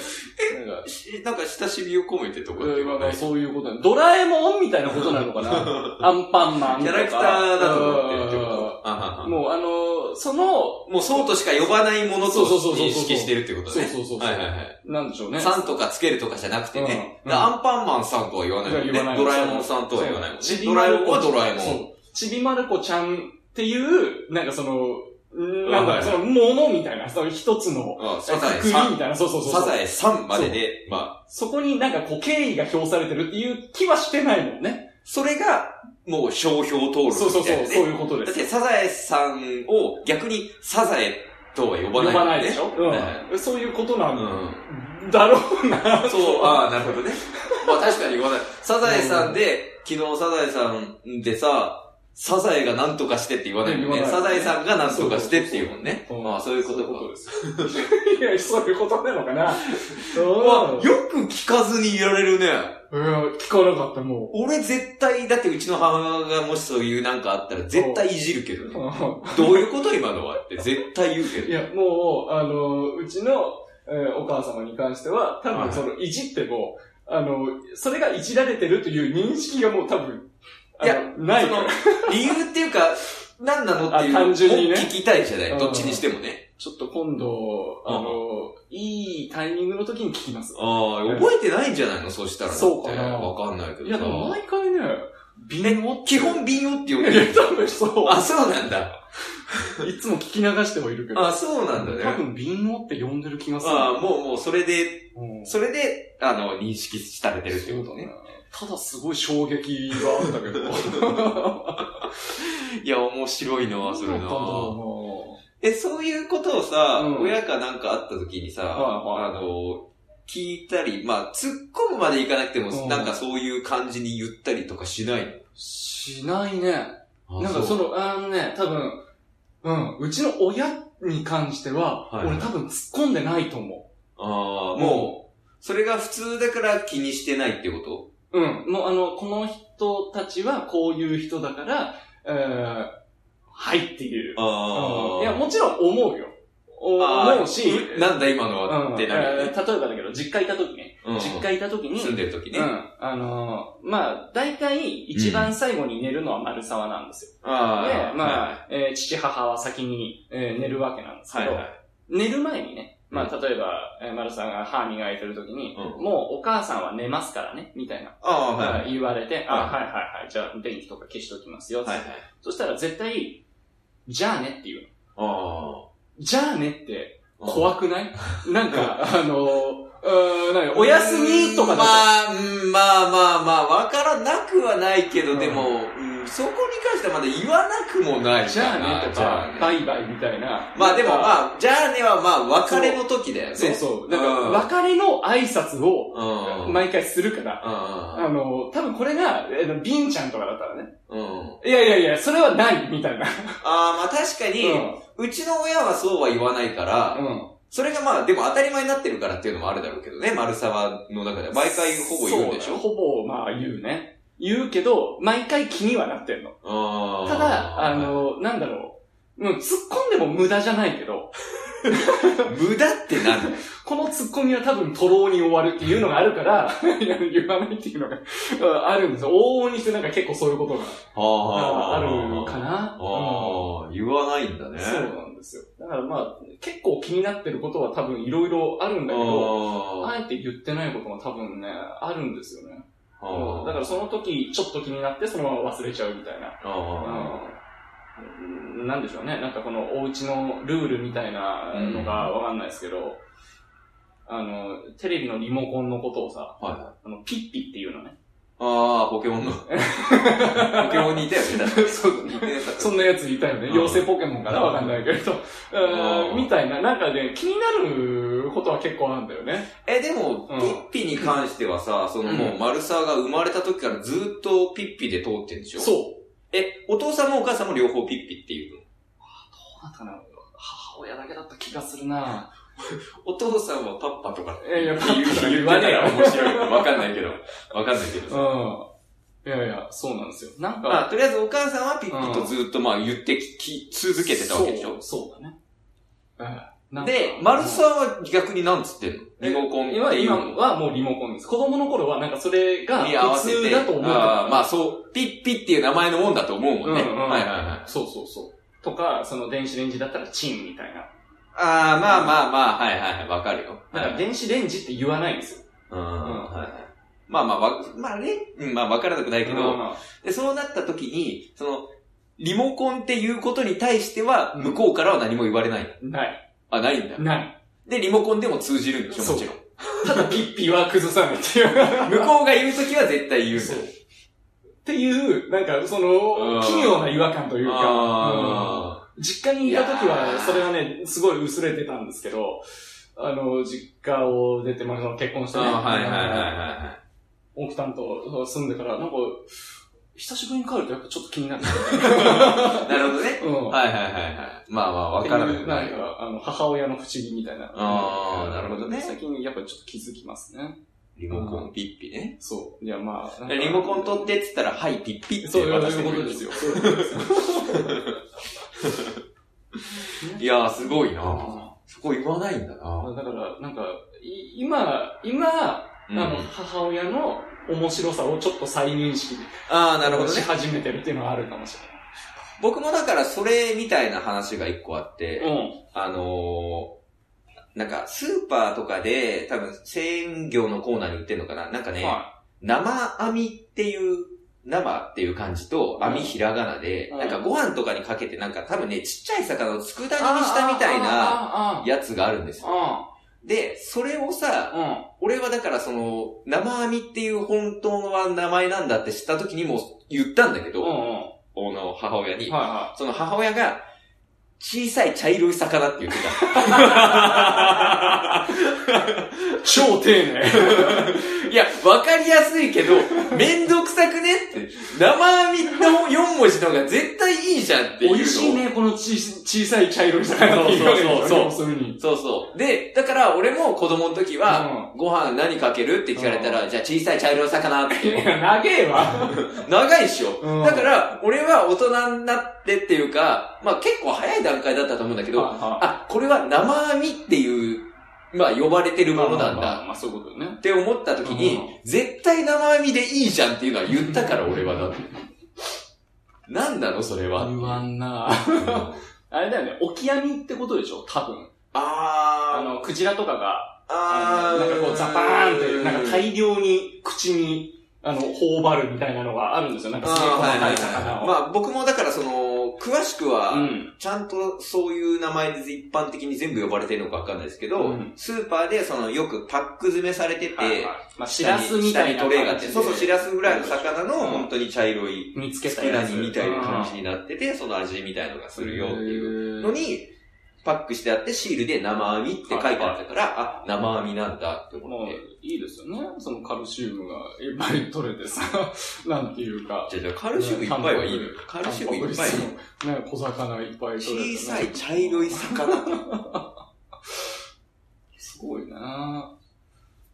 Speaker 2: なんか、
Speaker 1: しなんか親しみを込めてとかっていう
Speaker 2: まあ
Speaker 1: か
Speaker 2: まあ
Speaker 1: ね。
Speaker 2: そういう ことなのドラえもんみたいなことなのかなアンパンマン
Speaker 1: キ
Speaker 2: と
Speaker 1: ャ
Speaker 2: か。
Speaker 1: ラクターだと思ってるってこと
Speaker 2: うん
Speaker 1: あはんはん
Speaker 2: もうあの、その、
Speaker 1: もうそうとしか呼ばないものと
Speaker 2: そうそうそうそう
Speaker 1: 認識してるってこと
Speaker 2: そう
Speaker 1: ね。
Speaker 2: そうそうそう、
Speaker 1: はいはいはい。
Speaker 2: なんでしょうね。
Speaker 1: さんとかつけるとかじゃなくてね。
Speaker 2: うん
Speaker 1: だからアンパンマンさんとは言わないもんね。
Speaker 2: 言わない
Speaker 1: ドラえもんさんとは言わないもんね。
Speaker 2: そう
Speaker 1: ドラえもんはドラえもん。
Speaker 2: そう。ちびまる子ちゃんっていう、なんかその、んなん
Speaker 1: はい
Speaker 2: かその、ものみたいな、その一つの、
Speaker 1: あサザエ
Speaker 2: くく
Speaker 1: さ
Speaker 2: りみ
Speaker 1: ん。
Speaker 2: たいな、そうそうそう。
Speaker 1: サザエさんまでで、まあ、
Speaker 2: そこになんかこう、敬意が表されてるっていう気はしてないもんね。
Speaker 1: それが、もう商標登録
Speaker 2: そうそう
Speaker 1: みた
Speaker 2: そ
Speaker 1: いな
Speaker 2: う、
Speaker 1: ね。
Speaker 2: そういうことで
Speaker 1: だっ
Speaker 2: す。
Speaker 1: てサザエさんを逆にサザエとは呼ばな
Speaker 2: 呼
Speaker 1: いもん
Speaker 2: ば
Speaker 1: ね。
Speaker 2: ないでしょ、
Speaker 1: はい
Speaker 2: うん、そういうことな
Speaker 1: うんん。
Speaker 2: だろうな、
Speaker 1: そう、ああ、なるほどね。 まあ確かに言わない。サザエさんで、昨日サザエさんでさ、サザエが何とかしてって言わないもん
Speaker 2: 言
Speaker 1: ね。
Speaker 2: わな
Speaker 1: サ
Speaker 2: い
Speaker 1: ザエさんが何とかしてって言うもんね。
Speaker 2: そうそうそ う
Speaker 1: まあそういうこと
Speaker 2: そういうこと
Speaker 1: か。
Speaker 2: です。 いや、そういうことなのかな。
Speaker 1: う
Speaker 2: そ
Speaker 1: わ、よく聞かずにいられるね。
Speaker 2: うん、聞かなかった、もう。
Speaker 1: 俺絶対、だってうちの母親がもしそういうなんかあったら絶対いじるけどね。
Speaker 2: うん
Speaker 1: どういうこと今のは って絶対言うけ
Speaker 2: い
Speaker 1: ど。
Speaker 2: や、もう、あの、うちの、えーお母様に関しては、多
Speaker 1: はい
Speaker 2: 分その、いじっても、あの、それがいじられてるという認識がもう多分、あの
Speaker 1: いや
Speaker 2: ない
Speaker 1: その、理由っていうか、何なのっていう
Speaker 2: あ単純にね
Speaker 1: もう聞きたいじゃない。
Speaker 2: うん
Speaker 1: どっちにしてもね。
Speaker 2: ちょっと今度、あの、いいタイミングの時に聞きます。
Speaker 1: ああ、覚えてないんじゃないのそうしたらだって。
Speaker 2: そうかな
Speaker 1: わかんないけど
Speaker 2: い
Speaker 1: さ
Speaker 2: や、でも毎回ね、微妙って。
Speaker 1: 基本瓶よって呼ん
Speaker 2: いや、
Speaker 1: でる。
Speaker 2: 多分そ
Speaker 1: あ、そうなんだ。
Speaker 2: う。いつも聞き流してはいるけど。
Speaker 1: あ、そうなんだ
Speaker 2: 多
Speaker 1: ね。
Speaker 2: 分、瓶をって呼んでる気がする。
Speaker 1: あもう、もう、それで、
Speaker 2: うん
Speaker 1: それで、あの、認識されてるってことね。
Speaker 2: ただすごい衝撃があったけ ど。
Speaker 1: いや、面白いな、それ
Speaker 2: なんだ
Speaker 1: な。
Speaker 2: ったんだろうな
Speaker 1: え、そういうことをさ、
Speaker 2: うん
Speaker 1: 親かなんかあった時にさ、
Speaker 2: はいはい
Speaker 1: あの、聞いたり、まあ、突っ込むまでいかなくても、
Speaker 2: うん
Speaker 1: なんかそういう感じに言ったりとかしない
Speaker 2: しないね。
Speaker 1: の
Speaker 2: なんかそ
Speaker 1: の、
Speaker 2: の、あのね、多分、うん、うちの親に関しては、
Speaker 1: はい
Speaker 2: 俺多分突っ込んでないと思
Speaker 1: ああ、
Speaker 2: う。
Speaker 1: もう、それが普通だから気にしてないってこと
Speaker 2: う、うん、もうあの、この人たちはこういう人だから、えー、はいっていう。
Speaker 1: ああ。
Speaker 2: うんいや、もちろん思うよ。お
Speaker 1: あー
Speaker 2: 思うし、
Speaker 1: うなんだ今の
Speaker 2: う
Speaker 1: はっ
Speaker 2: んえ
Speaker 1: てなるよね。
Speaker 2: ー例えばだけど、実家いた時ね、
Speaker 1: うん
Speaker 2: 実家いた時に、
Speaker 1: 住んでる時ね。
Speaker 2: うん、あのーまあ、大体一番最後に寝るのは丸沢なんですよ。
Speaker 1: あ
Speaker 2: で、ま
Speaker 1: あ、
Speaker 2: あ、えー父母は先に、えー寝るわけなんですけ
Speaker 1: はい
Speaker 2: ど、
Speaker 1: はい。
Speaker 2: 寝る前にね、ま
Speaker 1: う
Speaker 2: あ、例えば、えー、丸さんが歯磨いてる時に、
Speaker 1: う
Speaker 2: もうお母さんは寝ますからね、みたいな、
Speaker 1: ああ、はいはい。
Speaker 2: 言われて、あ、はいはいはい、じゃあ電気とか消しときますよ、
Speaker 1: はいはい。
Speaker 2: そしたら絶対、じゃあねっていうの。
Speaker 1: あ
Speaker 2: じゃあねって
Speaker 1: あ。
Speaker 2: 怖 くないなんか、あのー、うーん、なんかおやすみとかだと
Speaker 1: まあ、うんまあまあまあ、わからなくはないけど、
Speaker 2: うん
Speaker 1: でも、うんそこに関してはまだ言わなくもないかな。
Speaker 2: じゃあねと
Speaker 1: じゃあ
Speaker 2: か、
Speaker 1: ね
Speaker 2: バイバイみたいな。
Speaker 1: まあでも
Speaker 2: なんか
Speaker 1: まあ、じゃあねはまあ、別れの時だよね。
Speaker 2: そうそう。なん
Speaker 1: うん
Speaker 2: か、別れの挨拶を
Speaker 1: うん。
Speaker 2: 毎回するから、
Speaker 1: あ
Speaker 2: あの、多分これが、えービンちゃんとかだったらね。
Speaker 1: うん。
Speaker 2: いやいやいや、それはない、みたいな。
Speaker 1: あーまあ確かに、うちの親はそうは言わないから、
Speaker 2: うん。
Speaker 1: それがまあ、でも当たり前になってるからっていうのもあるだろうけどね、丸沢の中では。毎回ほぼ言うんでし
Speaker 2: そ
Speaker 1: ょ
Speaker 2: だほぼ、まあ言うね。言うけど、毎回気にはなってんの。
Speaker 1: あー
Speaker 2: ただ、あ、の、なんだろう。うん、突っ込んでも無駄じゃないけど、
Speaker 1: 無駄って なんだよ
Speaker 2: この突っ込みは多分トローに終わるっていうのがあるから、 いや言わないっていうのがうんあるんですよ。往々にしてなんか結構そういうことが
Speaker 1: あ
Speaker 2: あるかな。うん
Speaker 1: ああ、言わないんだね。
Speaker 2: そうなんですよ。だからまあ、結構気になってることは多分いろいろあるんだけど、
Speaker 1: あ
Speaker 2: あえて言ってないことも多分ね、あるんですよね。
Speaker 1: あああ
Speaker 2: だからその時、ちょっと気になって、そのまま忘れちゃうみたいな。
Speaker 1: あ
Speaker 2: うんなんでしょうね。なんかこのお家のルールみたいなのがわかんないですけど、あの、テレビのリモコンのことをさ、
Speaker 1: あは
Speaker 2: あのピッピっていうのね。
Speaker 1: いああ、ポケモン の。ポケモンにいたよね、確かに。
Speaker 2: そう
Speaker 1: 似てなかった
Speaker 2: そんなやついたよね。
Speaker 1: うん
Speaker 2: 妖精ポケモンかなわかんないけれど。
Speaker 1: ん
Speaker 2: うんみたいな。なんかね、気になることは結構あるんだよね。
Speaker 1: え、でも、
Speaker 2: うん
Speaker 1: ピッピに関してはさ、そのもう、丸沢が生まれた時からずっとピッピで通ってんでしょう。
Speaker 2: そう。
Speaker 1: え、お父さんもお母さんも両方ピッピっていうの
Speaker 2: だったな。母親だけだった気がするな。
Speaker 1: お父さんはパッパとか。
Speaker 2: いやいや
Speaker 1: って
Speaker 2: パッパとか
Speaker 1: 言
Speaker 2: 言
Speaker 1: う言
Speaker 2: わ
Speaker 1: って
Speaker 2: ね
Speaker 1: た
Speaker 2: えよ
Speaker 1: ら面白いよ。わかんないけど。わかんないけど
Speaker 2: う
Speaker 1: さ。
Speaker 2: ん。いやいや、そうなんですよ。なんか、
Speaker 1: まあ、とりあえずお母さんはピッピとずっとまあ言ってき、き続けてたわけでしょ
Speaker 2: そうそうだね。うんなんか
Speaker 1: で、マルサは逆になんつってんの
Speaker 2: え
Speaker 1: リモコンって
Speaker 2: 今、
Speaker 1: いう
Speaker 2: 今
Speaker 1: の
Speaker 2: はもうリモコンです。子供の頃はなんかそれが
Speaker 1: に合わ
Speaker 2: 普
Speaker 1: せ
Speaker 2: 通
Speaker 1: て。
Speaker 2: だと思う。
Speaker 1: あーまあそう、ピッピっていう名前のもんだと思うもんね。
Speaker 2: うんうん
Speaker 1: はいはいは
Speaker 2: そうそうそとか、その電子レンジだったらチンみたいな。
Speaker 1: ああ、まあまあまあ、はいはいはい、わかるよ。
Speaker 2: だから電子レンジって言わないんですよ。
Speaker 1: うん、
Speaker 2: ん
Speaker 1: はい。まあまあ、わ、まあね、うんまあわからなくないけど、
Speaker 2: うん
Speaker 1: で、そうなった時に、その、リモコンっていうことに対しては、向こうからは何も言われない。
Speaker 2: ない。
Speaker 1: あ、ないんだ。
Speaker 2: ない。
Speaker 1: で、リモコンでも通じるんでしょ、もちろん。
Speaker 2: ただピッピは崩さないっていう。
Speaker 1: 向こうが言う時は絶対言うんだ。
Speaker 2: そうっていう、なんか、そ
Speaker 1: うん
Speaker 2: の、奇妙な違和感というか、うん
Speaker 1: あ
Speaker 2: 実家にいた時
Speaker 1: いやー
Speaker 2: は、それはね、すごい薄れてたんですけど、あの、実家を出て、まあ、その結婚し
Speaker 1: ー
Speaker 2: てね、
Speaker 1: あー、はいはいはいはいはい。
Speaker 2: 奥さんと住んでから、なんか、久しぶりに帰るとやっぱちょっと気にな る。
Speaker 1: なるほどね。
Speaker 2: うん。
Speaker 1: はいはいはいはい。まあまあ、わからなくな
Speaker 2: って
Speaker 1: い。
Speaker 2: うなんか、あの、母親の不思議みたいな。
Speaker 1: あーなるほどね
Speaker 2: 最近やっぱちょっと気づきますね。
Speaker 1: リモコンピッピね。
Speaker 2: そう。いや、まあ。なんか
Speaker 1: リモコン取ってって言ったら、はい、ピッピって
Speaker 2: そういう
Speaker 1: 渡して
Speaker 2: こ
Speaker 1: くれ
Speaker 2: と
Speaker 1: る
Speaker 2: ですよ。そういうことですよ。
Speaker 1: いやー、すごいな
Speaker 2: あ
Speaker 1: そこ言わないんだな
Speaker 2: ーだから、なんか、い今、今、
Speaker 1: う
Speaker 2: あ
Speaker 1: ん
Speaker 2: の、母親の面白さをちょっと再認識
Speaker 1: あー、なるほど
Speaker 2: し
Speaker 1: ね。
Speaker 2: 始めてるっていうのはあるかもしれ
Speaker 1: 僕もだから、それみたいな話が一個あって、
Speaker 2: ない。
Speaker 1: あのー、なんか、スーパーとかで、多分、鮮魚のコーナーに売ってんのかななんか
Speaker 2: うん。
Speaker 1: ね、
Speaker 2: は
Speaker 1: 生網っていう、生っていう感じと、網ひらがなで、
Speaker 2: うん
Speaker 1: なんかご飯とかにかけて、なんか多分ね、ちっちゃい魚を佃煮に
Speaker 2: い。
Speaker 1: したみたいな
Speaker 2: あー
Speaker 1: やつがあるんですよ。
Speaker 2: あ
Speaker 1: で、それを
Speaker 2: ー、あーあ
Speaker 1: さ、
Speaker 2: ー、うん。
Speaker 1: 俺はだからその、生網っていう本当の名前なんだって知った時にもう言ったんだけ
Speaker 2: うん。う
Speaker 1: ど、
Speaker 2: ん。は
Speaker 1: おの母親
Speaker 2: い
Speaker 1: に、
Speaker 2: は
Speaker 1: その母親が、小さい茶色い魚って言って
Speaker 2: い。超丁寧。
Speaker 1: た。いや、わかりやすいけど、めんどくさくねって、生網の4文字の方が絶対いいじゃんっていう
Speaker 2: 美
Speaker 1: のを。
Speaker 2: 味しいね、このち小さい茶色い魚ってい
Speaker 1: そうそうそう
Speaker 2: そう。そうに。
Speaker 1: そうそう。で、だから俺も子供の時は、ご飯何かけるって聞かれたら、じゃあ小さい茶色の魚っ
Speaker 2: い
Speaker 1: て。
Speaker 2: や、長えわ。
Speaker 1: 長いっしょ。
Speaker 2: うん
Speaker 1: だから、俺は大人になってっていうか、まあ結構早い段階だったと思うんだけど、
Speaker 2: は
Speaker 1: あ、これは生網っていう、まあ呼ばれて
Speaker 2: い
Speaker 1: るものなん
Speaker 2: まあまあまあ
Speaker 1: だ。
Speaker 2: まあ、そういうことよね。
Speaker 1: って思った時に、絶対生網でいいじゃんっていうのは言ったから俺はだって。なんなのそれは。
Speaker 2: 言わんな
Speaker 1: あ
Speaker 2: あれだよね、オキアミってことでしょ多分。あ
Speaker 1: あー、
Speaker 2: の、クジラとかが、
Speaker 1: あ
Speaker 2: あの
Speaker 1: ー、
Speaker 2: なんかこう、ザバーンって、なんか大量に口に、あの、頬張るみたいなのがあるんですよ。なんかすげえ細かい魚を。
Speaker 1: まあ僕もだからその、詳しく
Speaker 2: う
Speaker 1: は、
Speaker 2: ん。
Speaker 1: ちゃんとそういう名前で一般的に全部呼ばれてるのかわかんないですけど、
Speaker 2: うん
Speaker 1: スーパーでそのよくパック詰めされてて、
Speaker 2: はいはいまあ、シラスみたいな
Speaker 1: 下にト
Speaker 2: 感
Speaker 1: レ
Speaker 2: じ
Speaker 1: ーがあって、そうそう、シラスぐらいの魚の
Speaker 2: うん
Speaker 1: 本当に茶色い、
Speaker 2: 見つけた
Speaker 1: 佃
Speaker 2: やつ。
Speaker 1: 煮みたいな感じになってて、その味みたいのがするよっていう
Speaker 2: う
Speaker 1: のに、パックしてあってシールで生網って書いてあったから、あ、生網なんだって思
Speaker 2: も
Speaker 1: っ
Speaker 2: う
Speaker 1: て。、
Speaker 2: いいですよね。そのカルシウムがいっぱい取れてさ、なんていうか。
Speaker 1: じゃあじゃあカルシウムいっぱいはいいのよ。カルシウムいっぱい。
Speaker 2: タンパク質もね、小魚いっぱい取れて、ね。
Speaker 1: 小さい茶色い魚。
Speaker 2: すごいね。な、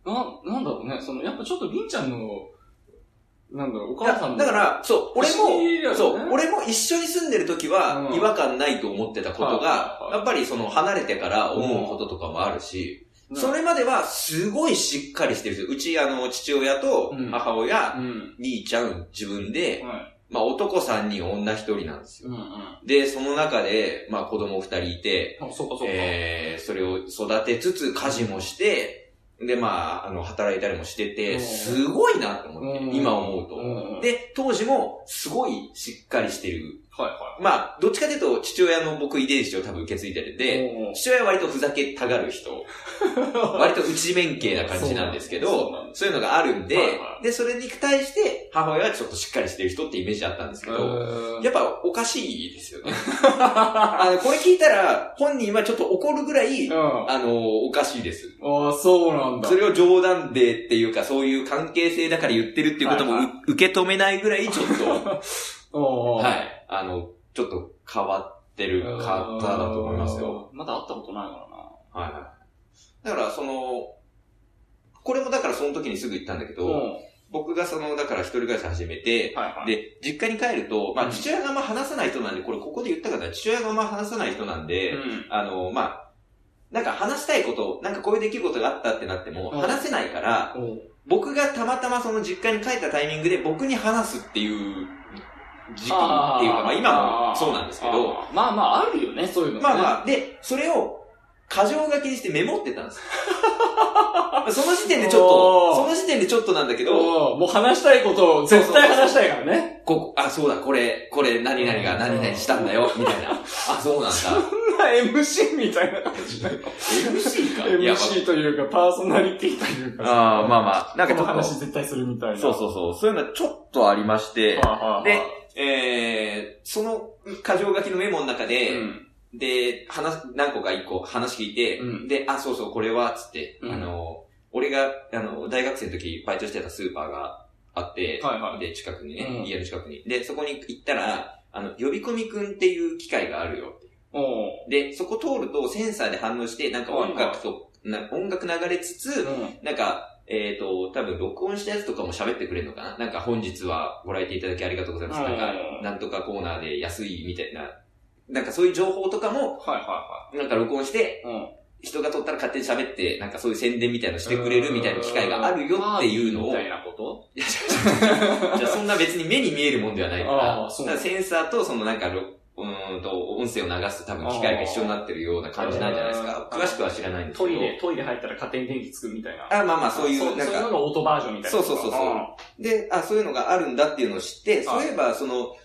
Speaker 2: なんだろうね。その、やっぱちょっとりんちゃんの、なんだろう、お
Speaker 1: いや
Speaker 2: 母さんの。
Speaker 1: だから、そう、俺
Speaker 2: 不思議だよ
Speaker 1: も、
Speaker 2: ね
Speaker 1: そう、俺も一緒に住んでる時は
Speaker 2: うん
Speaker 1: 違和感ないと思ってたこと
Speaker 2: は
Speaker 1: が
Speaker 2: い、はい
Speaker 1: やっぱりその離れてから思うこととかもあるし、
Speaker 2: ね、
Speaker 1: それまではすごいしっかりしてるんですよ。うち、あの、父親と
Speaker 2: うん
Speaker 1: 母親、
Speaker 2: うん。
Speaker 1: 兄ちゃん、自分で、
Speaker 2: はい。
Speaker 1: まあ男3人、女1人なんですよ。
Speaker 2: うんうん。
Speaker 1: で、その中で、まあ子供2人いて、
Speaker 2: あ、そうかそうか。
Speaker 1: えー、それを育てつつ家事もして、で、まあ、あの、働いたりもして
Speaker 2: う
Speaker 1: て、
Speaker 2: ん
Speaker 1: すごいなと思って
Speaker 2: う、ん
Speaker 1: 今思うと。
Speaker 2: うんうん、はい
Speaker 1: で、当時もすごいしっかりしてる。
Speaker 2: は
Speaker 1: まあ、どっちかというと父親の僕遺伝子を多分受け継いでるん
Speaker 2: い。
Speaker 1: で、
Speaker 2: おー
Speaker 1: 父親は割とふざけたがる 人、割と内面系な感じなんですけ
Speaker 2: そう
Speaker 1: ど
Speaker 2: なん、
Speaker 1: そういうのがあるんで
Speaker 2: はいは、
Speaker 1: で、それに対して母親はちょっとしっかりしてる人ってイメージあったんですけど、
Speaker 2: えー
Speaker 1: やっぱおかしいですよ ね。あの、これ聞いたら本人はちょっと怒るぐらい、
Speaker 2: うん。
Speaker 1: あの、おかしいです。
Speaker 2: ああ、そうなんだ。
Speaker 1: それを冗談でっていうか、そういう関係性だから言ってるっていうこともう、
Speaker 2: はい
Speaker 1: 受け止めないぐらい、ちょっと、
Speaker 2: おー
Speaker 1: はい。あの、ちょっと変わってる方だと思いますよ。。
Speaker 2: まだ会ったことないからな。
Speaker 1: はいはい。だから、その、これもだからその時にすぐ言ったんだけど、
Speaker 2: は
Speaker 1: 僕がその、だから一人暮らし始め
Speaker 2: い
Speaker 1: て、
Speaker 2: はい。
Speaker 1: で、実家に帰ると、ま
Speaker 2: う
Speaker 1: あ、
Speaker 2: ん
Speaker 1: 父親があんま話さない人なんで、これここで言ったかな、父親があんま話さない人なんで、
Speaker 2: うん
Speaker 1: あの、まあ、なんか話したいこと、なんかこういう出来事があったってなっても、
Speaker 2: うん
Speaker 1: 話せないから、僕がたまたまその実家に帰ったタイミングで僕に話すっていう時期っていうか、まあ今もそうなんですけど、
Speaker 2: あーまあまあ、あるよね、そういうの、ね。
Speaker 1: まあまあ、で、それを、過剰書きにしてメモってたん ですよ。その時点でちょっと、
Speaker 2: お
Speaker 1: その時点でちょっとなんだけど、
Speaker 2: うんもう話したいことを絶対話したいからね。
Speaker 1: ここ、あ、そうだ、これ、これ、何々が何々したんだよ、みたいな。あ、そう なんだ。
Speaker 2: そんな MC みたいな感じだよ。
Speaker 1: MC か。いや
Speaker 2: MC というか、パーソナリティというかさ、
Speaker 1: ああ、まあまあ、なんか
Speaker 2: こ
Speaker 1: ちょ
Speaker 2: の
Speaker 1: っと、そ
Speaker 2: 話絶対するみたいな。
Speaker 1: うそうそう、そういうのはちょっとありまして、
Speaker 2: はあはあはあ
Speaker 1: で、えー、その過剰書きのメモの中で、
Speaker 2: うん
Speaker 1: で、話、何個か一個話聞いて、
Speaker 2: うん
Speaker 1: で、あ、そうそう、これは、つって、
Speaker 2: うん
Speaker 1: あの、俺が、あの、大学生の時、バイトしてたスーパーがあって、
Speaker 2: はいはい。
Speaker 1: で、近くにね、
Speaker 2: うん
Speaker 1: 家の近くに。で、そこに行ったら、あの、呼び込みくんっていう機械があるよ。
Speaker 2: お
Speaker 1: で、そこ通るとセンサーで反応して、なんか音楽と、な音楽流れつつ、
Speaker 2: う
Speaker 1: なんか、えっ、と、多分録音したやつとかも喋ってくれるのかななんか本日はご来店いただきありがとうございます。
Speaker 2: うん
Speaker 1: なんか、なんとかコーナーで安いみたいな、なんかそういう情報とかも、
Speaker 2: はいは
Speaker 1: なんか録音して、
Speaker 2: いはい。うん。
Speaker 1: 人が撮ったら勝手に喋って、なんかそういう宣伝みたいなのしてくれるみたいな機会があるよっていうのを、い
Speaker 2: み
Speaker 1: や
Speaker 2: たいな こと
Speaker 1: いやいやいやそんな別に目に見えるもんではないから、
Speaker 2: ああそう
Speaker 1: だからセンサーとそのなんか録、うーんと、音声を流す多分機械が一緒になってるような感じなんじゃないですか。
Speaker 2: うん
Speaker 1: 詳しくは知らないんですけ
Speaker 2: ト
Speaker 1: ど。
Speaker 2: イレ、トイレ入ったら勝手に電気つくみたいな。
Speaker 1: あ、まあまあそういう、なん
Speaker 2: そういうの
Speaker 1: か、
Speaker 2: がオートバージョンみたいなことか。
Speaker 1: そうそうそうそうで、あ、そういうのがあるんだっていうのを知って、
Speaker 2: は
Speaker 1: そ
Speaker 2: いう
Speaker 1: いえば、その、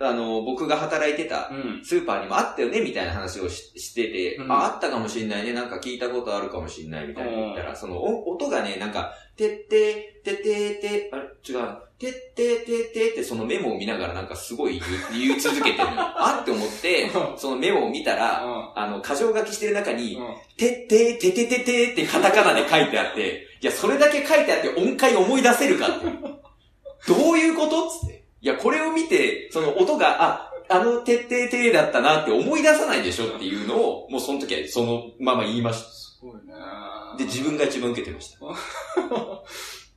Speaker 1: あの、僕が働いてた
Speaker 2: うん。うん。
Speaker 1: スーパーにもあったよねみたいな話をししてて、
Speaker 2: うん
Speaker 1: あ、あったかもしんないね、なんか聞いたことあるかもしんないみたいな言ったら、そのお音がね、なんか、てって、てって、て、あれ、違う、てって、てってって、そのメモを見ながらなんかすごい言う言い続けて るのよ。あって思って、そのメモを見たら、あの、箇条書きしてる中に、
Speaker 2: うん
Speaker 1: てって、ててててってカタカナで書いてあって、いや、それだけ書いてあって音階思い出せるかって。どういうことつって。いや、これを見て、その音が、あ、あの、てっててだったなって思い出さないでしょっていうのを、もうその時はそのまま言いまし
Speaker 2: すごいね
Speaker 1: た。で、自分が一番受けてました。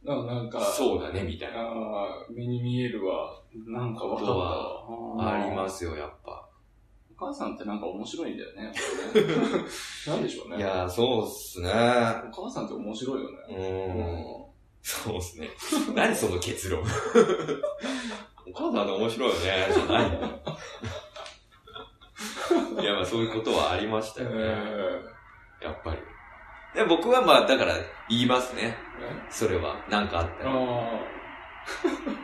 Speaker 2: ななんか、
Speaker 1: そうだね、みたいな。
Speaker 2: あー目に見えるわ。なんかわかったわ。。
Speaker 1: ありますすよ、やっぱ。
Speaker 2: お母さんってなんか面白いんだ よね。なんでしょうね。
Speaker 1: いやー、そうっすね。
Speaker 2: お母さんって面白いよね。
Speaker 1: う
Speaker 2: う
Speaker 1: ーん。そうっすね。何その結論。 お母さんの面白いよね、じゃないの。 いや、まあそういうことはありましたよね。やっぱり。で僕はまあ、だから、言いますね。それは。なんかあったら。
Speaker 2: あ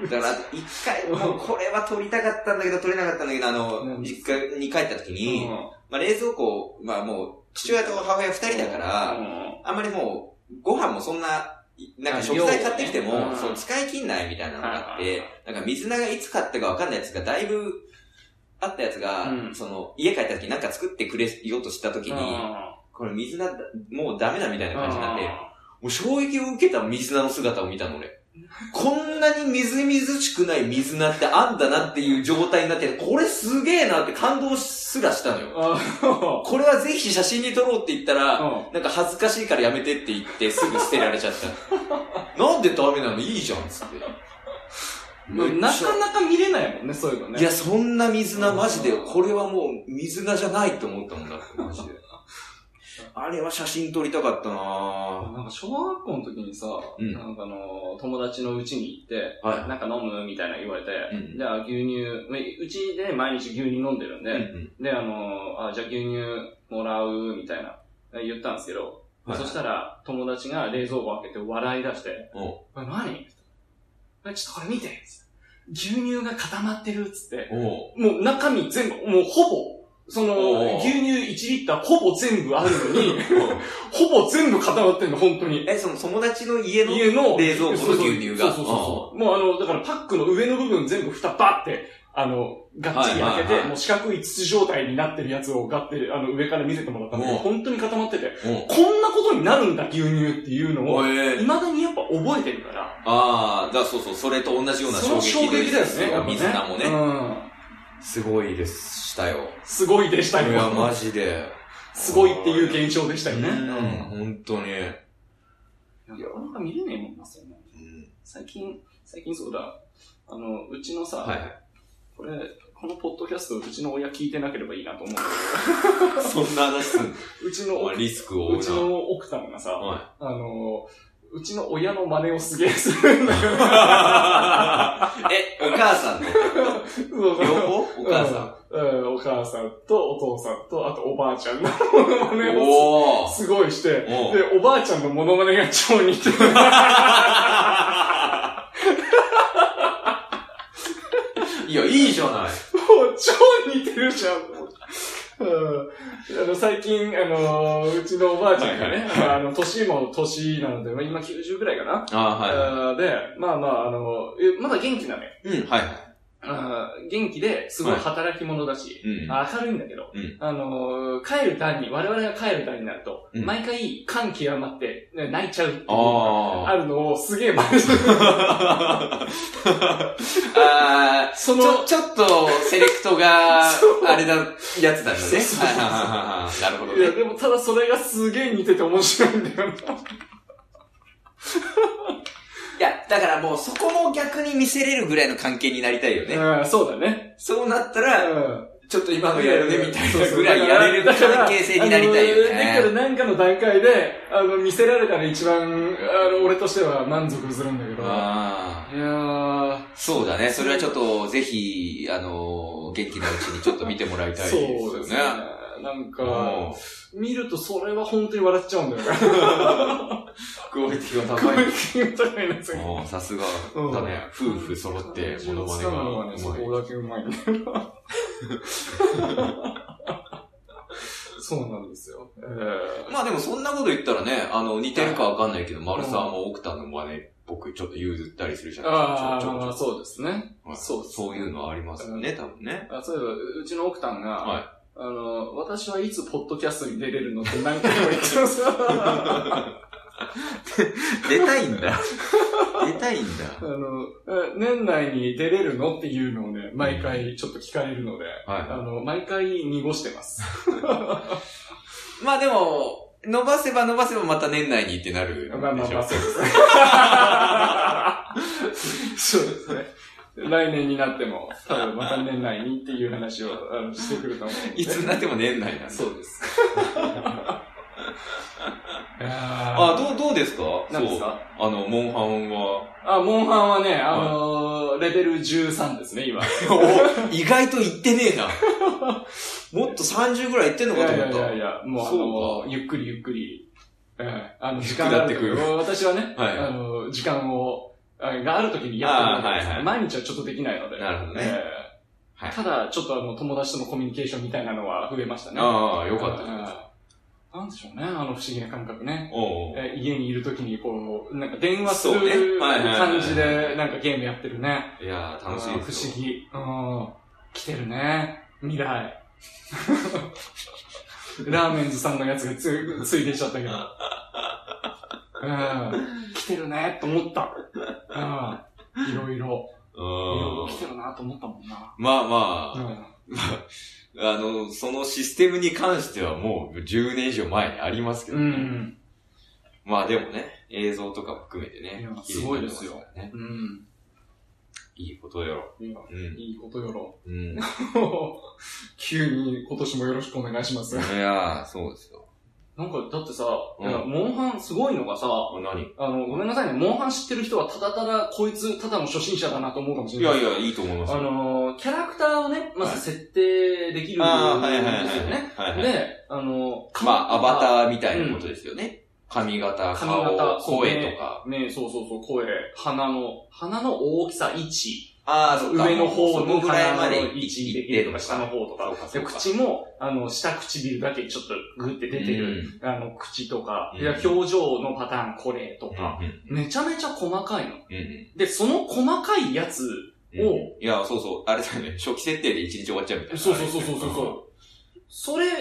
Speaker 1: だから、一回、もうこれは取りたかったんだけど、取れなかったんだけど、あ
Speaker 2: う
Speaker 1: の、
Speaker 2: ん
Speaker 1: 実家に帰った時
Speaker 2: ー
Speaker 1: に、まあ冷蔵庫、まあもう、父親と母親二人だから、
Speaker 2: うん
Speaker 1: あんまりもう、ご飯もそんな、なん
Speaker 2: あ
Speaker 1: か食材買ってきて
Speaker 2: 量をね
Speaker 1: も
Speaker 2: う、ん
Speaker 1: そう、使い切んないみたいなのがあっ
Speaker 2: はい
Speaker 1: て、なんか水菜がいつ買ったかわかんないやつが、だいぶ、あったやつが、
Speaker 2: うん
Speaker 1: その、家帰った時なんか作ってくれようとした時に、これ水菜だ、もうダメだみたいな感じになって、もう衝撃を受けた水菜の姿を見たの俺。こんなにみずみずしくない水菜ってあんだなっていう状態になって、これすげえなって感動すらしたのよ。
Speaker 2: あー
Speaker 1: これはぜひ写真に撮ろうって言ったら、
Speaker 2: うん
Speaker 1: なんか恥ずかしいからやめてって言ってすぐ捨てられちゃっ た。なんでダメなのいいじゃんっつって。
Speaker 2: うんなかなか見れないもんね、そういうのね。
Speaker 1: いや、そんな水菜マジで、これはもう水菜じゃないと思ったもんだって、マジで。 あれは写真撮りたかったなぁ。
Speaker 2: なんか小学校の時にさ、
Speaker 1: うん
Speaker 2: なんかあの、友達の家に行って、
Speaker 1: は
Speaker 2: なんか飲むみたいな言われて、
Speaker 1: うん
Speaker 2: じゃあ牛乳、まあうちで毎日牛乳飲んでるんで、
Speaker 1: い。うん
Speaker 2: で、あの、あ、じゃあ牛乳もらう、みたいな、言ったんですけど、
Speaker 1: はい
Speaker 2: そしたら、友達が冷蔵庫開けて笑い出して、
Speaker 1: おう
Speaker 2: え何えちょっとこれ見て牛乳が固まってるっつって、
Speaker 1: うん。おう
Speaker 2: もう中身全部、もうほぼ、その、
Speaker 1: おう
Speaker 2: 牛乳1リッターほぼ全部ある のに、 ほぼ全部固まってんの、本当に。
Speaker 1: え、その友達の家の
Speaker 2: 家の、
Speaker 1: 冷蔵庫の牛乳が。
Speaker 2: そうそうそうそう。もうあの、だからパックの上の部分全部蓋バって、あの、がっちり開け
Speaker 1: はいはいは
Speaker 2: て、
Speaker 1: い
Speaker 2: もう四角い筒状態になってるやつをがって、あの、上から見せてもらったんだけど、
Speaker 1: うん
Speaker 2: 本当に固まってて、
Speaker 1: うんうん
Speaker 2: こんなことになるんだ、牛乳っていうのを、
Speaker 1: おえ
Speaker 2: 未だにやっぱ覚えてるから。
Speaker 1: ああ、だからそうそう、それと同じような
Speaker 2: その衝撃だよね。やっぱ
Speaker 1: 水菜もね。
Speaker 2: うん。
Speaker 1: すごいでしたよ。
Speaker 2: すごいでし
Speaker 1: い
Speaker 2: た
Speaker 1: や、
Speaker 2: よ。
Speaker 1: マジで。
Speaker 2: すごいっていう現象でしたよね。
Speaker 1: うん、本当に。
Speaker 2: うん。なかなか見れねえもんな、そんなの最近、最近そうだ、あの、うちのさ、
Speaker 1: はい。
Speaker 2: これ、このポッドキャスト、うちの親聞いてなければいいなと思うん だ
Speaker 1: そんな話すん
Speaker 2: けど、うちの
Speaker 1: の
Speaker 2: 奥、
Speaker 1: リスクを負
Speaker 2: うち
Speaker 1: う
Speaker 2: の奥さんがさ、
Speaker 1: な。は
Speaker 2: あの、うちの親の真似をすげえする ん
Speaker 1: え、
Speaker 2: だよね。
Speaker 1: お母さんの
Speaker 2: そうそう
Speaker 1: 両方お母さ
Speaker 2: うん、お母さんとお父さんと、あとおばあちゃんのモノマ
Speaker 1: ん。
Speaker 2: ネを
Speaker 1: おー。
Speaker 2: すごいして、で
Speaker 1: おう、
Speaker 2: おばあちゃんのモノマネが超似てる。
Speaker 1: いや、いいじゃない。
Speaker 2: もう超似てるじゃん。もううん、あの最近、あのうちのおばあちゃんがね、
Speaker 1: はいはい
Speaker 2: あの、年も年なので、まあ、今90ぐらいかな。
Speaker 1: あは
Speaker 2: あーで、まあまあ、あのえまだ元気なのよ。
Speaker 1: い。うん、はいは
Speaker 2: あー元気で、すごい
Speaker 1: はい
Speaker 2: 働き者だし、
Speaker 1: い。うん。
Speaker 2: あ明るいんだけど、
Speaker 1: うん
Speaker 2: あのー帰る単に、我々が帰る単になると、
Speaker 1: うん
Speaker 2: 毎回感極まって、ね泣いちゃうっていうのがあ
Speaker 1: あー。
Speaker 2: るのをすげえ真 似してる。
Speaker 1: あー。
Speaker 2: そ
Speaker 1: ちょ、、
Speaker 2: の
Speaker 1: ちょっと、セレクトが
Speaker 2: そう、
Speaker 1: あれだ、やつなんだね。
Speaker 2: そうそうそう
Speaker 1: はいはいはいはいなるほど
Speaker 2: いや、
Speaker 1: ね。
Speaker 2: でもただそれがすげえ似てて面白いんだよな。
Speaker 1: いや、だからもうそこも逆に見せれるぐらいの関係になりたいよね。
Speaker 2: うん、そうだね。
Speaker 1: そうなった
Speaker 2: う
Speaker 1: ら、
Speaker 2: ん。
Speaker 1: ちょっと今のやるねみたい
Speaker 2: そう
Speaker 1: な
Speaker 2: そう
Speaker 1: ぐらいやれる
Speaker 2: だから
Speaker 1: 関係性になりたいよ
Speaker 2: あのだ
Speaker 1: ね。
Speaker 2: からなんかの段階で、あの、見せられたら一番、あの、俺としては満足するんだけど。いや
Speaker 1: あー
Speaker 2: ー、
Speaker 1: そうだね。それはちょっと、ぜひ、あの、元気なうちにちょっと見てもらいたいです
Speaker 2: そう
Speaker 1: よね。
Speaker 2: ですね。なん
Speaker 1: うん
Speaker 2: か、見るとそれは本当に笑っちゃうんだよね。
Speaker 1: クオリティが
Speaker 2: クオ
Speaker 1: 高い
Speaker 2: リ。ティが高いな、それ
Speaker 1: おーさすが
Speaker 2: うん
Speaker 1: だね。夫婦揃ってモノマネが
Speaker 2: そうなんだよねそ
Speaker 1: 上手い。
Speaker 2: こだけうまい んだよなそうなんですよ。えー
Speaker 1: まあでもそんなこと言ったらね、あの、似てるかわかんないけど、丸沢も奥田の真似、僕ちょっと譲ったりするじゃないですか。
Speaker 2: あ
Speaker 1: ちょちょちょ
Speaker 2: あ、そうですね。
Speaker 1: はい
Speaker 2: そうですね
Speaker 1: そういうのはありますよね、多分ね。
Speaker 2: あそういえば、うちの奥さんが、
Speaker 1: はい
Speaker 2: あの、私はいつポッドキャストに出れるのって何回も言って ます。
Speaker 1: 出たいんだ。出たいんだ。
Speaker 2: あの、え年内に出れるのっていうのをね、毎回ちょっと聞かれるので、あ
Speaker 1: は
Speaker 2: の、毎回濁してます。
Speaker 1: い。まあでも、伸ばせば伸ばせばまた年内にってなるでしょ。
Speaker 2: まあまあまあ、そうですね。 そうですね。来年になっても、多分また年内にっていう話をあのしてくると思うんで。
Speaker 1: いつになっても年内なんだ。
Speaker 2: そう です。
Speaker 1: あ、
Speaker 2: あ
Speaker 1: どう、どうですか
Speaker 2: うなんで
Speaker 1: そう。
Speaker 2: すか
Speaker 1: あの、モンハンは。
Speaker 2: あ、モンハンはね、あのーレベル13ですね、今。
Speaker 1: お意外と言ってね えな。もっと30ぐらい言ってんの
Speaker 2: い
Speaker 1: かと
Speaker 2: やい
Speaker 1: 思
Speaker 2: や
Speaker 1: っ
Speaker 2: い
Speaker 1: た。
Speaker 2: やいや、もうあ
Speaker 1: そう
Speaker 2: のーゆっくりゆっくり、えーあの、時
Speaker 1: く
Speaker 2: 間
Speaker 1: な
Speaker 2: が
Speaker 1: っ
Speaker 2: あ
Speaker 1: て
Speaker 2: る
Speaker 1: くる
Speaker 2: 時私はね、
Speaker 1: はい
Speaker 2: あのー時間を、あがある時にやってるわけで
Speaker 1: あー
Speaker 2: す、
Speaker 1: はいはい
Speaker 2: 毎日はちょっとできないので。
Speaker 1: なるほどね
Speaker 2: えー
Speaker 1: はい
Speaker 2: ただ、ちょっとあの、友達とのコミュニケーションみたいなのは増えましたね。
Speaker 1: ああ、よかった。
Speaker 2: た。なんでしょうね、あの不思議な感覚ね。
Speaker 1: おうおう
Speaker 2: えー家にいる時にこう、なんか電話す
Speaker 1: そうね
Speaker 2: る
Speaker 1: はいはいはい
Speaker 2: 感じで、なんかゲームやってるね。
Speaker 1: いやー、楽しいですよ。
Speaker 2: あー不思議。うん。来てるね。未来。 ラーメンズさんのやつがつついできちゃったけど。うん。来てるね、と思った。うん。いろいろ。いろいろ来て
Speaker 1: うん
Speaker 2: るな、と思ったもんな。
Speaker 1: まあま
Speaker 2: う
Speaker 1: あ、
Speaker 2: ん。
Speaker 1: あの、そのシステムに関してはもう10年以上前にありますけど
Speaker 2: う
Speaker 1: ね。
Speaker 2: ん。
Speaker 1: まあでもね、映像とかも含めてね
Speaker 2: いや。
Speaker 1: 綺麗になってますからね。
Speaker 2: うん。
Speaker 1: いいことやろ。
Speaker 2: いや
Speaker 1: うん。
Speaker 2: いいことよろ。
Speaker 1: うん。い
Speaker 2: 急に今年もよろしくお願いします。
Speaker 1: やー、そうですよ。
Speaker 2: なんか、だってさ、
Speaker 1: うん
Speaker 2: いやモンハンすごいのがさ、
Speaker 1: あ、何
Speaker 2: あの、ごめんなさいね、モンハン知ってる人はただただ、こいつただの初心者だなと思うかもし
Speaker 1: い
Speaker 2: れな
Speaker 1: や
Speaker 2: い。
Speaker 1: いや、いいと思います
Speaker 2: あ
Speaker 1: よ。
Speaker 2: のー、キャラクターをね、ま
Speaker 1: はい
Speaker 2: ず設定できるん
Speaker 1: あーはいはいはい
Speaker 2: ですよね。
Speaker 1: はいはい。
Speaker 2: で、あのー、
Speaker 1: まあ、アバターみたいなことですよね。髪型、
Speaker 2: 髪型
Speaker 1: 顔、
Speaker 2: そう
Speaker 1: 声とか。
Speaker 2: ね、そうそうそう、声、鼻の、鼻の大きさ1、
Speaker 1: ああ、そっか
Speaker 2: 上の方
Speaker 1: そ
Speaker 2: の
Speaker 1: こぐらい
Speaker 2: 鼻
Speaker 1: ま
Speaker 2: の
Speaker 1: で
Speaker 2: 位置できるとか、下の方とか。
Speaker 1: そうか、そ
Speaker 2: で
Speaker 1: うか。
Speaker 2: 口も、あの、下唇だけちょっとグって出てる、
Speaker 1: る。
Speaker 2: あの、口とか、
Speaker 1: うん
Speaker 2: いや、表情のパターンこれと
Speaker 1: うん。
Speaker 2: か、
Speaker 1: うん
Speaker 2: めちゃめちゃ細かい
Speaker 1: う
Speaker 2: の。
Speaker 1: ん
Speaker 2: で、その細かいやつ、
Speaker 1: うん
Speaker 2: を
Speaker 1: いや、そうそう。あれだよね。初期設定で一日終わっちゃうみたいな。
Speaker 2: そうそうそうそうそうそう。それを、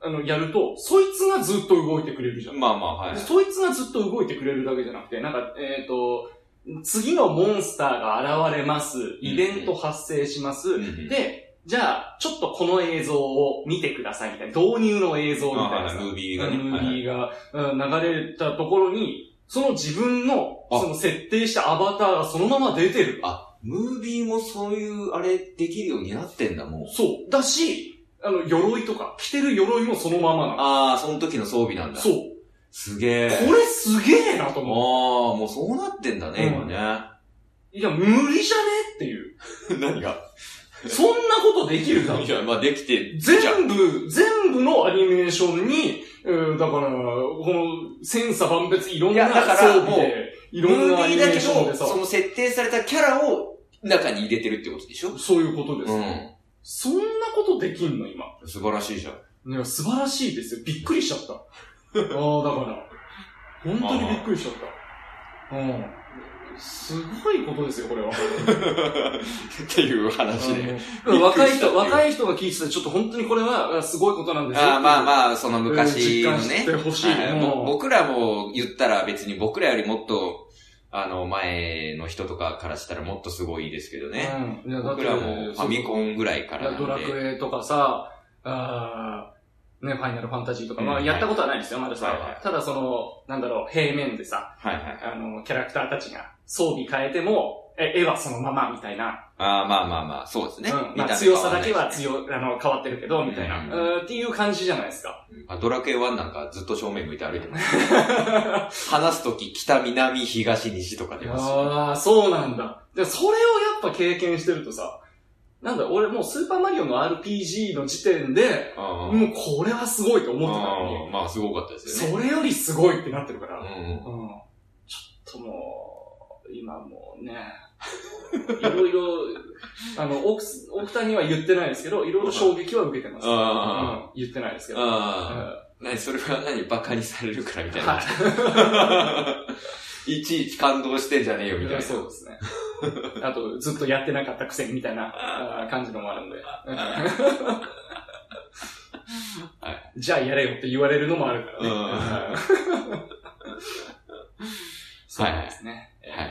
Speaker 2: あの、やると、そいつがずっと動いてくれるじゃん。
Speaker 1: まあまあ、はい
Speaker 2: で。そいつがずっと動いてくれるだけじゃなくて、なんか、えっ、と、次のモンスターが現れます。イベント発生します。
Speaker 1: んうん
Speaker 2: で、じゃあ、ちょっとこの映像を見てくださいみたいな、導入の映像みたいな
Speaker 1: あ
Speaker 2: さ
Speaker 1: ームービーがね。
Speaker 2: ムー
Speaker 1: はいはい
Speaker 2: ビーがうん流れたところに、その自分の、
Speaker 1: あ
Speaker 2: その設定したアバターがそのまま出てる。
Speaker 1: あ、ムービーもそういう、あれ、できるようになってんだ、もう。
Speaker 2: そう。だし、あの、鎧とか、着てる�ሮいもそのままなの。
Speaker 1: ああ、その時の装備なんだ。
Speaker 2: そう。
Speaker 1: すげえ。
Speaker 2: これすげえなと
Speaker 1: ああ、
Speaker 2: 思う。
Speaker 1: もうそうなってんだね、
Speaker 2: うん
Speaker 1: 今ね。
Speaker 2: いや、無理じゃねっていう。
Speaker 1: 何が
Speaker 2: そんなことできるか
Speaker 1: いや、まあできて、じゃ
Speaker 2: 全部、全部のアニメーションに、えーだから、この、千差万別いろん
Speaker 1: い
Speaker 2: な
Speaker 1: やだから
Speaker 2: 装備で、いろんなアニメーションでさ、
Speaker 1: その設定されたキャラを中に入れてるってことでしょ
Speaker 2: そういうことです。
Speaker 1: うん。
Speaker 2: そんなことできんの、今。
Speaker 1: 素晴らしい じゃん。
Speaker 2: いや、素晴らしいですよ。びっくりしちゃった。ああ、だから、本当にびっくりしちゃった。うん。すごいことですよ、これは。
Speaker 1: っていう話で。
Speaker 2: あの
Speaker 1: びっくり
Speaker 2: 若い
Speaker 1: したっていう
Speaker 2: 人、若い人が聞いてて、ちょっと本当にこれはあすごいことなんですよ。
Speaker 1: ああまあまあ、その昔の
Speaker 2: うん実感し
Speaker 1: ね
Speaker 2: て。ほしい
Speaker 1: はいも
Speaker 2: うん
Speaker 1: 僕らも言ったら別に僕らよりもっと、あの、前の人とかからしたらもっとすごいですけどね。
Speaker 2: うん。いやだっ
Speaker 1: 僕
Speaker 2: て
Speaker 1: らもファミコンぐらいからなん
Speaker 2: ドラク
Speaker 1: で。
Speaker 2: エとかさ、あーね、ファイナルファンタジーとか、ま
Speaker 1: う
Speaker 2: あ、
Speaker 1: ん
Speaker 2: やったことはないですよ、まだそれ
Speaker 1: はいは
Speaker 2: は。ただ、その、なんだろう、平面でさ、
Speaker 1: はいはい。
Speaker 2: あの、キャラクターたちが装備変えても、え、絵はそのまま、みたいな。
Speaker 1: ああまあまあまあ、そうですね。
Speaker 2: うん
Speaker 1: 見
Speaker 2: まあ、
Speaker 1: た目
Speaker 2: 強さだけ
Speaker 1: 変わら
Speaker 2: は
Speaker 1: ないですね
Speaker 2: 強い、あの、変わってるけど、みたいな。
Speaker 1: うん
Speaker 2: うんっていう感じじゃないですか。
Speaker 1: あドラクエ1なんかずっと正面向いて 歩いて ます。話すとき、北、南、東、西とか出ますよ。
Speaker 2: ああ、そうなんだ。で、それをやっぱ経験してるとさ、なんだ、俺もうスーパーマリオの RPG の時点で、
Speaker 1: あー
Speaker 2: もうこれはすごいと思ってたのに、
Speaker 1: あーまあ、すごかったですよね。
Speaker 2: それよりすごいってなってるから。
Speaker 1: うんうん
Speaker 2: うんちょっともう、今もうね、いろい ろ、あの、奥す奥田には言ってないですけど、いろいろ衝撃は受けてます。
Speaker 1: あ
Speaker 2: うん言ってないですけど。
Speaker 1: ああ、何それは何バカにされるからみたいな。 いちいち感動してんじゃねえよ、
Speaker 2: うん
Speaker 1: みたいな。
Speaker 2: そうですね。あと、ずっとやってなかったくせにみたいなあー感じのもあるんで。じゃあやれよって言われるのもあるからね。
Speaker 1: うん
Speaker 2: うんそうですね。
Speaker 1: は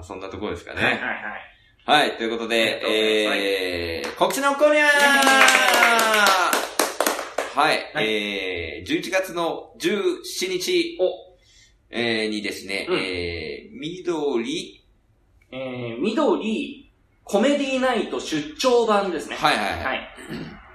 Speaker 1: い。そんなところですか
Speaker 2: はいはい
Speaker 1: ね。
Speaker 2: はい。
Speaker 1: はい、ということ
Speaker 2: ありがとうございます
Speaker 1: で、えー、告知のコーナーはい、
Speaker 2: はい
Speaker 1: えー、11月の17日
Speaker 2: お
Speaker 1: えーにですね、
Speaker 2: うん
Speaker 1: えー、緑、
Speaker 2: えー、緑、コメディナイト出張版ですね。
Speaker 1: はいはいはい。
Speaker 2: はい。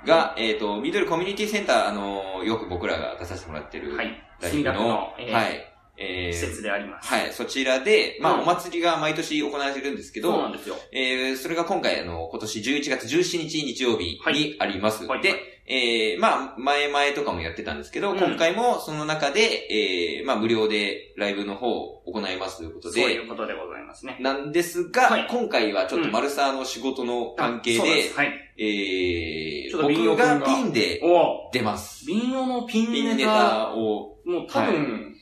Speaker 1: が、えっ、と、緑コミュニティセンター、あのーよく僕らが出させてもらってる、
Speaker 2: はい。
Speaker 1: 大
Speaker 2: 墨
Speaker 1: 学
Speaker 2: 田区
Speaker 1: の
Speaker 2: の、、えー
Speaker 1: はい、えー
Speaker 2: 施設であります。
Speaker 1: はい、そちらで、まあ、
Speaker 2: うん
Speaker 1: お祭りが毎年行われてるんですけ
Speaker 2: そうな
Speaker 1: ど、
Speaker 2: んですよ。
Speaker 1: えー、それが今回、あの、今年11月17日日曜日
Speaker 2: はい
Speaker 1: にあります。
Speaker 2: はい
Speaker 1: で、えー、まあ、前々とかもやってたんですけど、
Speaker 2: うん
Speaker 1: 今回もその中で、えー、まあ、無料でライブの方を行いますということ
Speaker 2: そうい
Speaker 1: で、
Speaker 2: うことでございますね。
Speaker 1: なんですが、
Speaker 2: はい
Speaker 1: 今回はちょっとマルサーの仕事の関係
Speaker 2: そうなん
Speaker 1: で、
Speaker 2: すはい。
Speaker 1: え
Speaker 2: ち
Speaker 1: ー、
Speaker 2: ょっとビン
Speaker 1: 僕
Speaker 2: ヨ君
Speaker 1: が
Speaker 2: が
Speaker 1: ピンで
Speaker 2: お
Speaker 1: 出ます。
Speaker 2: ビンヨのピン
Speaker 1: ピン
Speaker 2: ネ
Speaker 1: ネ
Speaker 2: タ、
Speaker 1: タを、
Speaker 2: もう多分、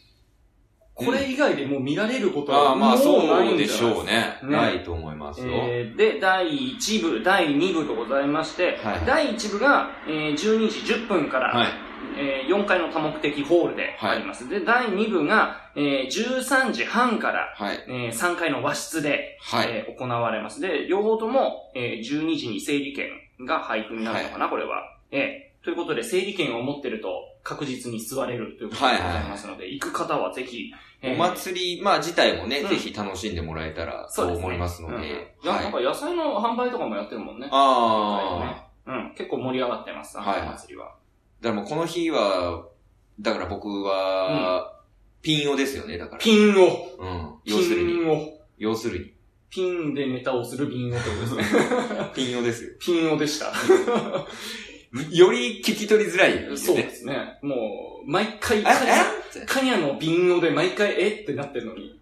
Speaker 2: これ以外でもう見られること
Speaker 1: あ
Speaker 2: は
Speaker 1: あ、まあ、
Speaker 2: もうな
Speaker 1: そ
Speaker 2: い
Speaker 1: うん
Speaker 2: じ
Speaker 1: で
Speaker 2: ゃない
Speaker 1: しょうね。
Speaker 2: ね
Speaker 1: ないと思いますよ。
Speaker 2: えーで、第1部、第2部とございまして、
Speaker 1: はい
Speaker 2: 第1部が、えー12時10分から、
Speaker 1: はい。
Speaker 2: え4階の多目的ホールであります。で、第2部が、えー13時半から、
Speaker 1: はい。
Speaker 2: え3階の和室で、
Speaker 1: はい。
Speaker 2: えー行われます。で、両方とも、えー12時に整理券が配布になるのかな、これは。えーということで、整理券を持ってると確実に座れるということでございますので、行く方はぜひ、えー
Speaker 1: お祭り、まあ自体もね、
Speaker 2: うん
Speaker 1: ぜひ楽しんでもらえたら
Speaker 2: そ
Speaker 1: と
Speaker 2: うですね
Speaker 1: 思いますので。
Speaker 2: うん
Speaker 1: は
Speaker 2: なん
Speaker 1: い。
Speaker 2: か野菜の販売とかもやってるもんね。
Speaker 1: ああ。
Speaker 2: うん、結構盛り上がってます、あの
Speaker 1: はい
Speaker 2: お祭りは。
Speaker 1: だからもうこの日は、だから僕は、ピンオですよね、だから。
Speaker 2: ピンを、
Speaker 1: うん。
Speaker 2: ピ
Speaker 1: 要するに。
Speaker 2: ンを、
Speaker 1: 要するに。
Speaker 2: ピンでネタをするビンオってことです ね。
Speaker 1: ピンオですよ。
Speaker 2: ピンオでした。
Speaker 1: より聞き取りづらいよね。
Speaker 2: そうですね。もう、毎回、
Speaker 1: あ、
Speaker 2: カニ
Speaker 1: え
Speaker 2: ャカニャの瓶をで毎回、えってなってるのに、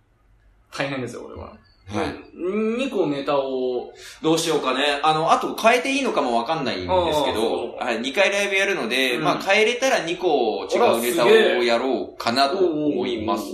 Speaker 2: 大変ですよ、俺は。
Speaker 1: はい。
Speaker 2: 2個ネタを、
Speaker 1: どうしようかね。あの、あと変えていいのかもわかんないんですけ
Speaker 2: あーそ
Speaker 1: ど、
Speaker 2: う
Speaker 1: はい、2回ライブやるので、
Speaker 2: うん
Speaker 1: まあ変えれたら2個違うネタ
Speaker 2: あら
Speaker 1: を
Speaker 2: すげえ
Speaker 1: やろうかなと思います。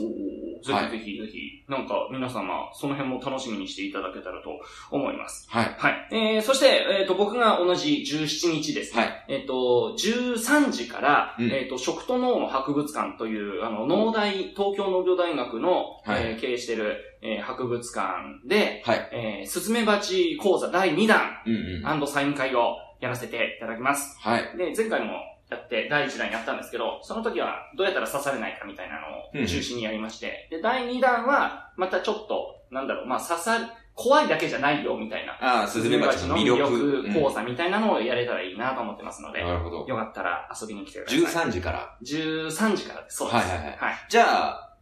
Speaker 2: ぜひぜひぜひ、なんか皆様、その辺も楽しみにしていただけたらと思います。
Speaker 1: はい。
Speaker 2: はい。えー、そして、えっ、と、僕が同じ17日ですね。
Speaker 1: はい
Speaker 2: えっ、と、13時から、
Speaker 1: うん
Speaker 2: えっ、と、食と脳の博物館という、あの、農大、東京農業大学の、
Speaker 1: はい
Speaker 2: えー経営してる、えー博物館で、
Speaker 1: はい
Speaker 2: えースズメバチ講座第2弾、
Speaker 1: うんうん。
Speaker 2: サイン会をやらせていただきます。
Speaker 1: はい。
Speaker 2: で、前回も、やって、第1弾やったんですけど、その時はどうやったら刺されないかみたいなの
Speaker 1: うん
Speaker 2: を中心にやりまして、で、第2弾は、またちょっと、なんだろう、まあ刺さる、怖いだけじゃないよ、みたいな。
Speaker 1: ああ、スズメバチの魅
Speaker 2: スズ
Speaker 1: 力。
Speaker 2: メバチの交差みたいなのをやれたらいいなと思ってますの
Speaker 1: う
Speaker 2: で、
Speaker 1: んなるほど。
Speaker 2: よかったら遊びに来てください。
Speaker 1: 13時から。
Speaker 2: 13時からです。そうです。
Speaker 1: はいはいはい
Speaker 2: はい。
Speaker 1: じゃあ、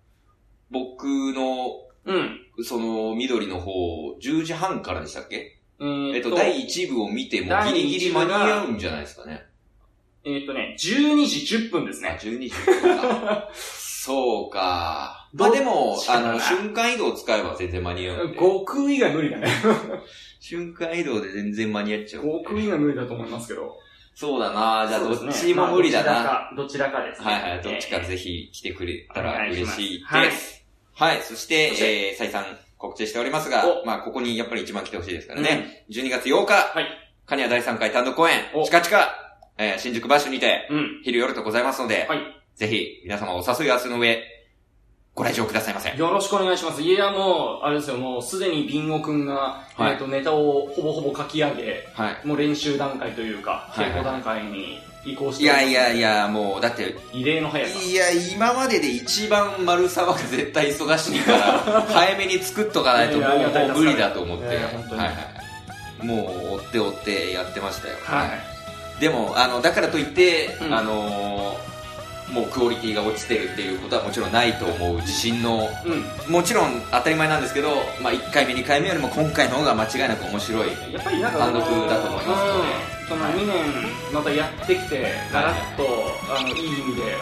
Speaker 1: 僕の、
Speaker 2: うん。
Speaker 1: その、緑の方、10時半からでしたっけ
Speaker 2: え
Speaker 1: えっと、第1部を見ても
Speaker 2: 第一部が
Speaker 1: ギリギリ間に合うんじゃないです かね。
Speaker 2: えっとね、12時10分です
Speaker 1: あ、
Speaker 2: ね。
Speaker 1: 12時か。そうか。まあ
Speaker 2: どっ
Speaker 1: で も、
Speaker 2: ち
Speaker 1: あ
Speaker 2: かな
Speaker 1: の、瞬間移動を使えば全然間に合うん で。
Speaker 3: 悟空以外無理だね。
Speaker 1: 瞬間移動で全然間に合っちゃうんで。
Speaker 3: 悟空以外無理だと思いますけど。
Speaker 1: そうだなじゃあ
Speaker 2: そ
Speaker 1: ど
Speaker 2: うですね
Speaker 1: っちも無理だな。
Speaker 2: まあどちらか、どちらかですね。
Speaker 1: はいはい、どっちか
Speaker 2: え
Speaker 1: ぜひ来てくれた
Speaker 2: お
Speaker 1: ら
Speaker 2: 願いし
Speaker 1: 嬉
Speaker 2: ます
Speaker 1: しい
Speaker 2: はい
Speaker 1: です。はい、そして
Speaker 2: そし、て
Speaker 1: えー、再三告知しておりますが
Speaker 2: お、
Speaker 1: まあ、ここにやっぱり一番来てほしいですか
Speaker 2: ー
Speaker 1: らね。。12月8日、
Speaker 2: い
Speaker 1: カニア第3回単独公演、
Speaker 2: お
Speaker 1: チカチカ、えー、新宿バッシュにて、
Speaker 2: うん。うん
Speaker 1: 昼夜とございますので、
Speaker 2: はい
Speaker 1: ぜひ、皆様お誘い合わせの上、ご来場くださいませ。
Speaker 2: よろしくお願いします。いや、もう、あれですよ、もうすでにビンゴくんが、
Speaker 1: はい
Speaker 2: えっ、と、ネタをほぼほぼ書き上げ、
Speaker 1: はい。
Speaker 2: もう練習段階というか、
Speaker 1: はいは
Speaker 2: 稽
Speaker 1: い
Speaker 2: 古段階に移行し
Speaker 1: い
Speaker 2: ておりま
Speaker 1: や
Speaker 2: す
Speaker 1: いやい。や、もう、だって、
Speaker 2: 異例の速さ。
Speaker 1: いや、今までで一番丸沢が絶対忙しいから、 早めに作っとかないと
Speaker 2: い
Speaker 1: も
Speaker 2: やいやありがたいう
Speaker 1: もう無理
Speaker 2: 助か
Speaker 1: だと思って、
Speaker 2: いやいや本当に
Speaker 1: はいはい、もう追って追ってやってましたよ。
Speaker 2: はい。
Speaker 1: でも、あの、だからといって、
Speaker 2: うん
Speaker 1: あのーもうクオリティが落ちてるっていうことはもちろんないと思う自信の、
Speaker 2: うん。
Speaker 1: もちろん当たり前なんですけど、まあ1回目2回目よりも今回の方が間違いなく面白い。
Speaker 2: やっぱりなんか
Speaker 1: 単独だと思いますので
Speaker 2: うんその
Speaker 1: はい
Speaker 2: 2年またやってきてガラッと、い、あのいい意味で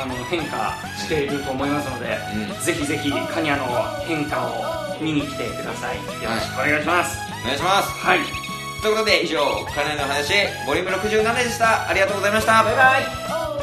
Speaker 2: あの変化していると思いますので、
Speaker 1: うん。
Speaker 2: ぜひぜひカニアの変化を見に来てくださいよろしくお願いします
Speaker 1: お願いします。
Speaker 2: はい、
Speaker 1: ということで以上、カナの話、ボリューム67でした。ありがとうございました。
Speaker 2: バイバイ
Speaker 4: Oh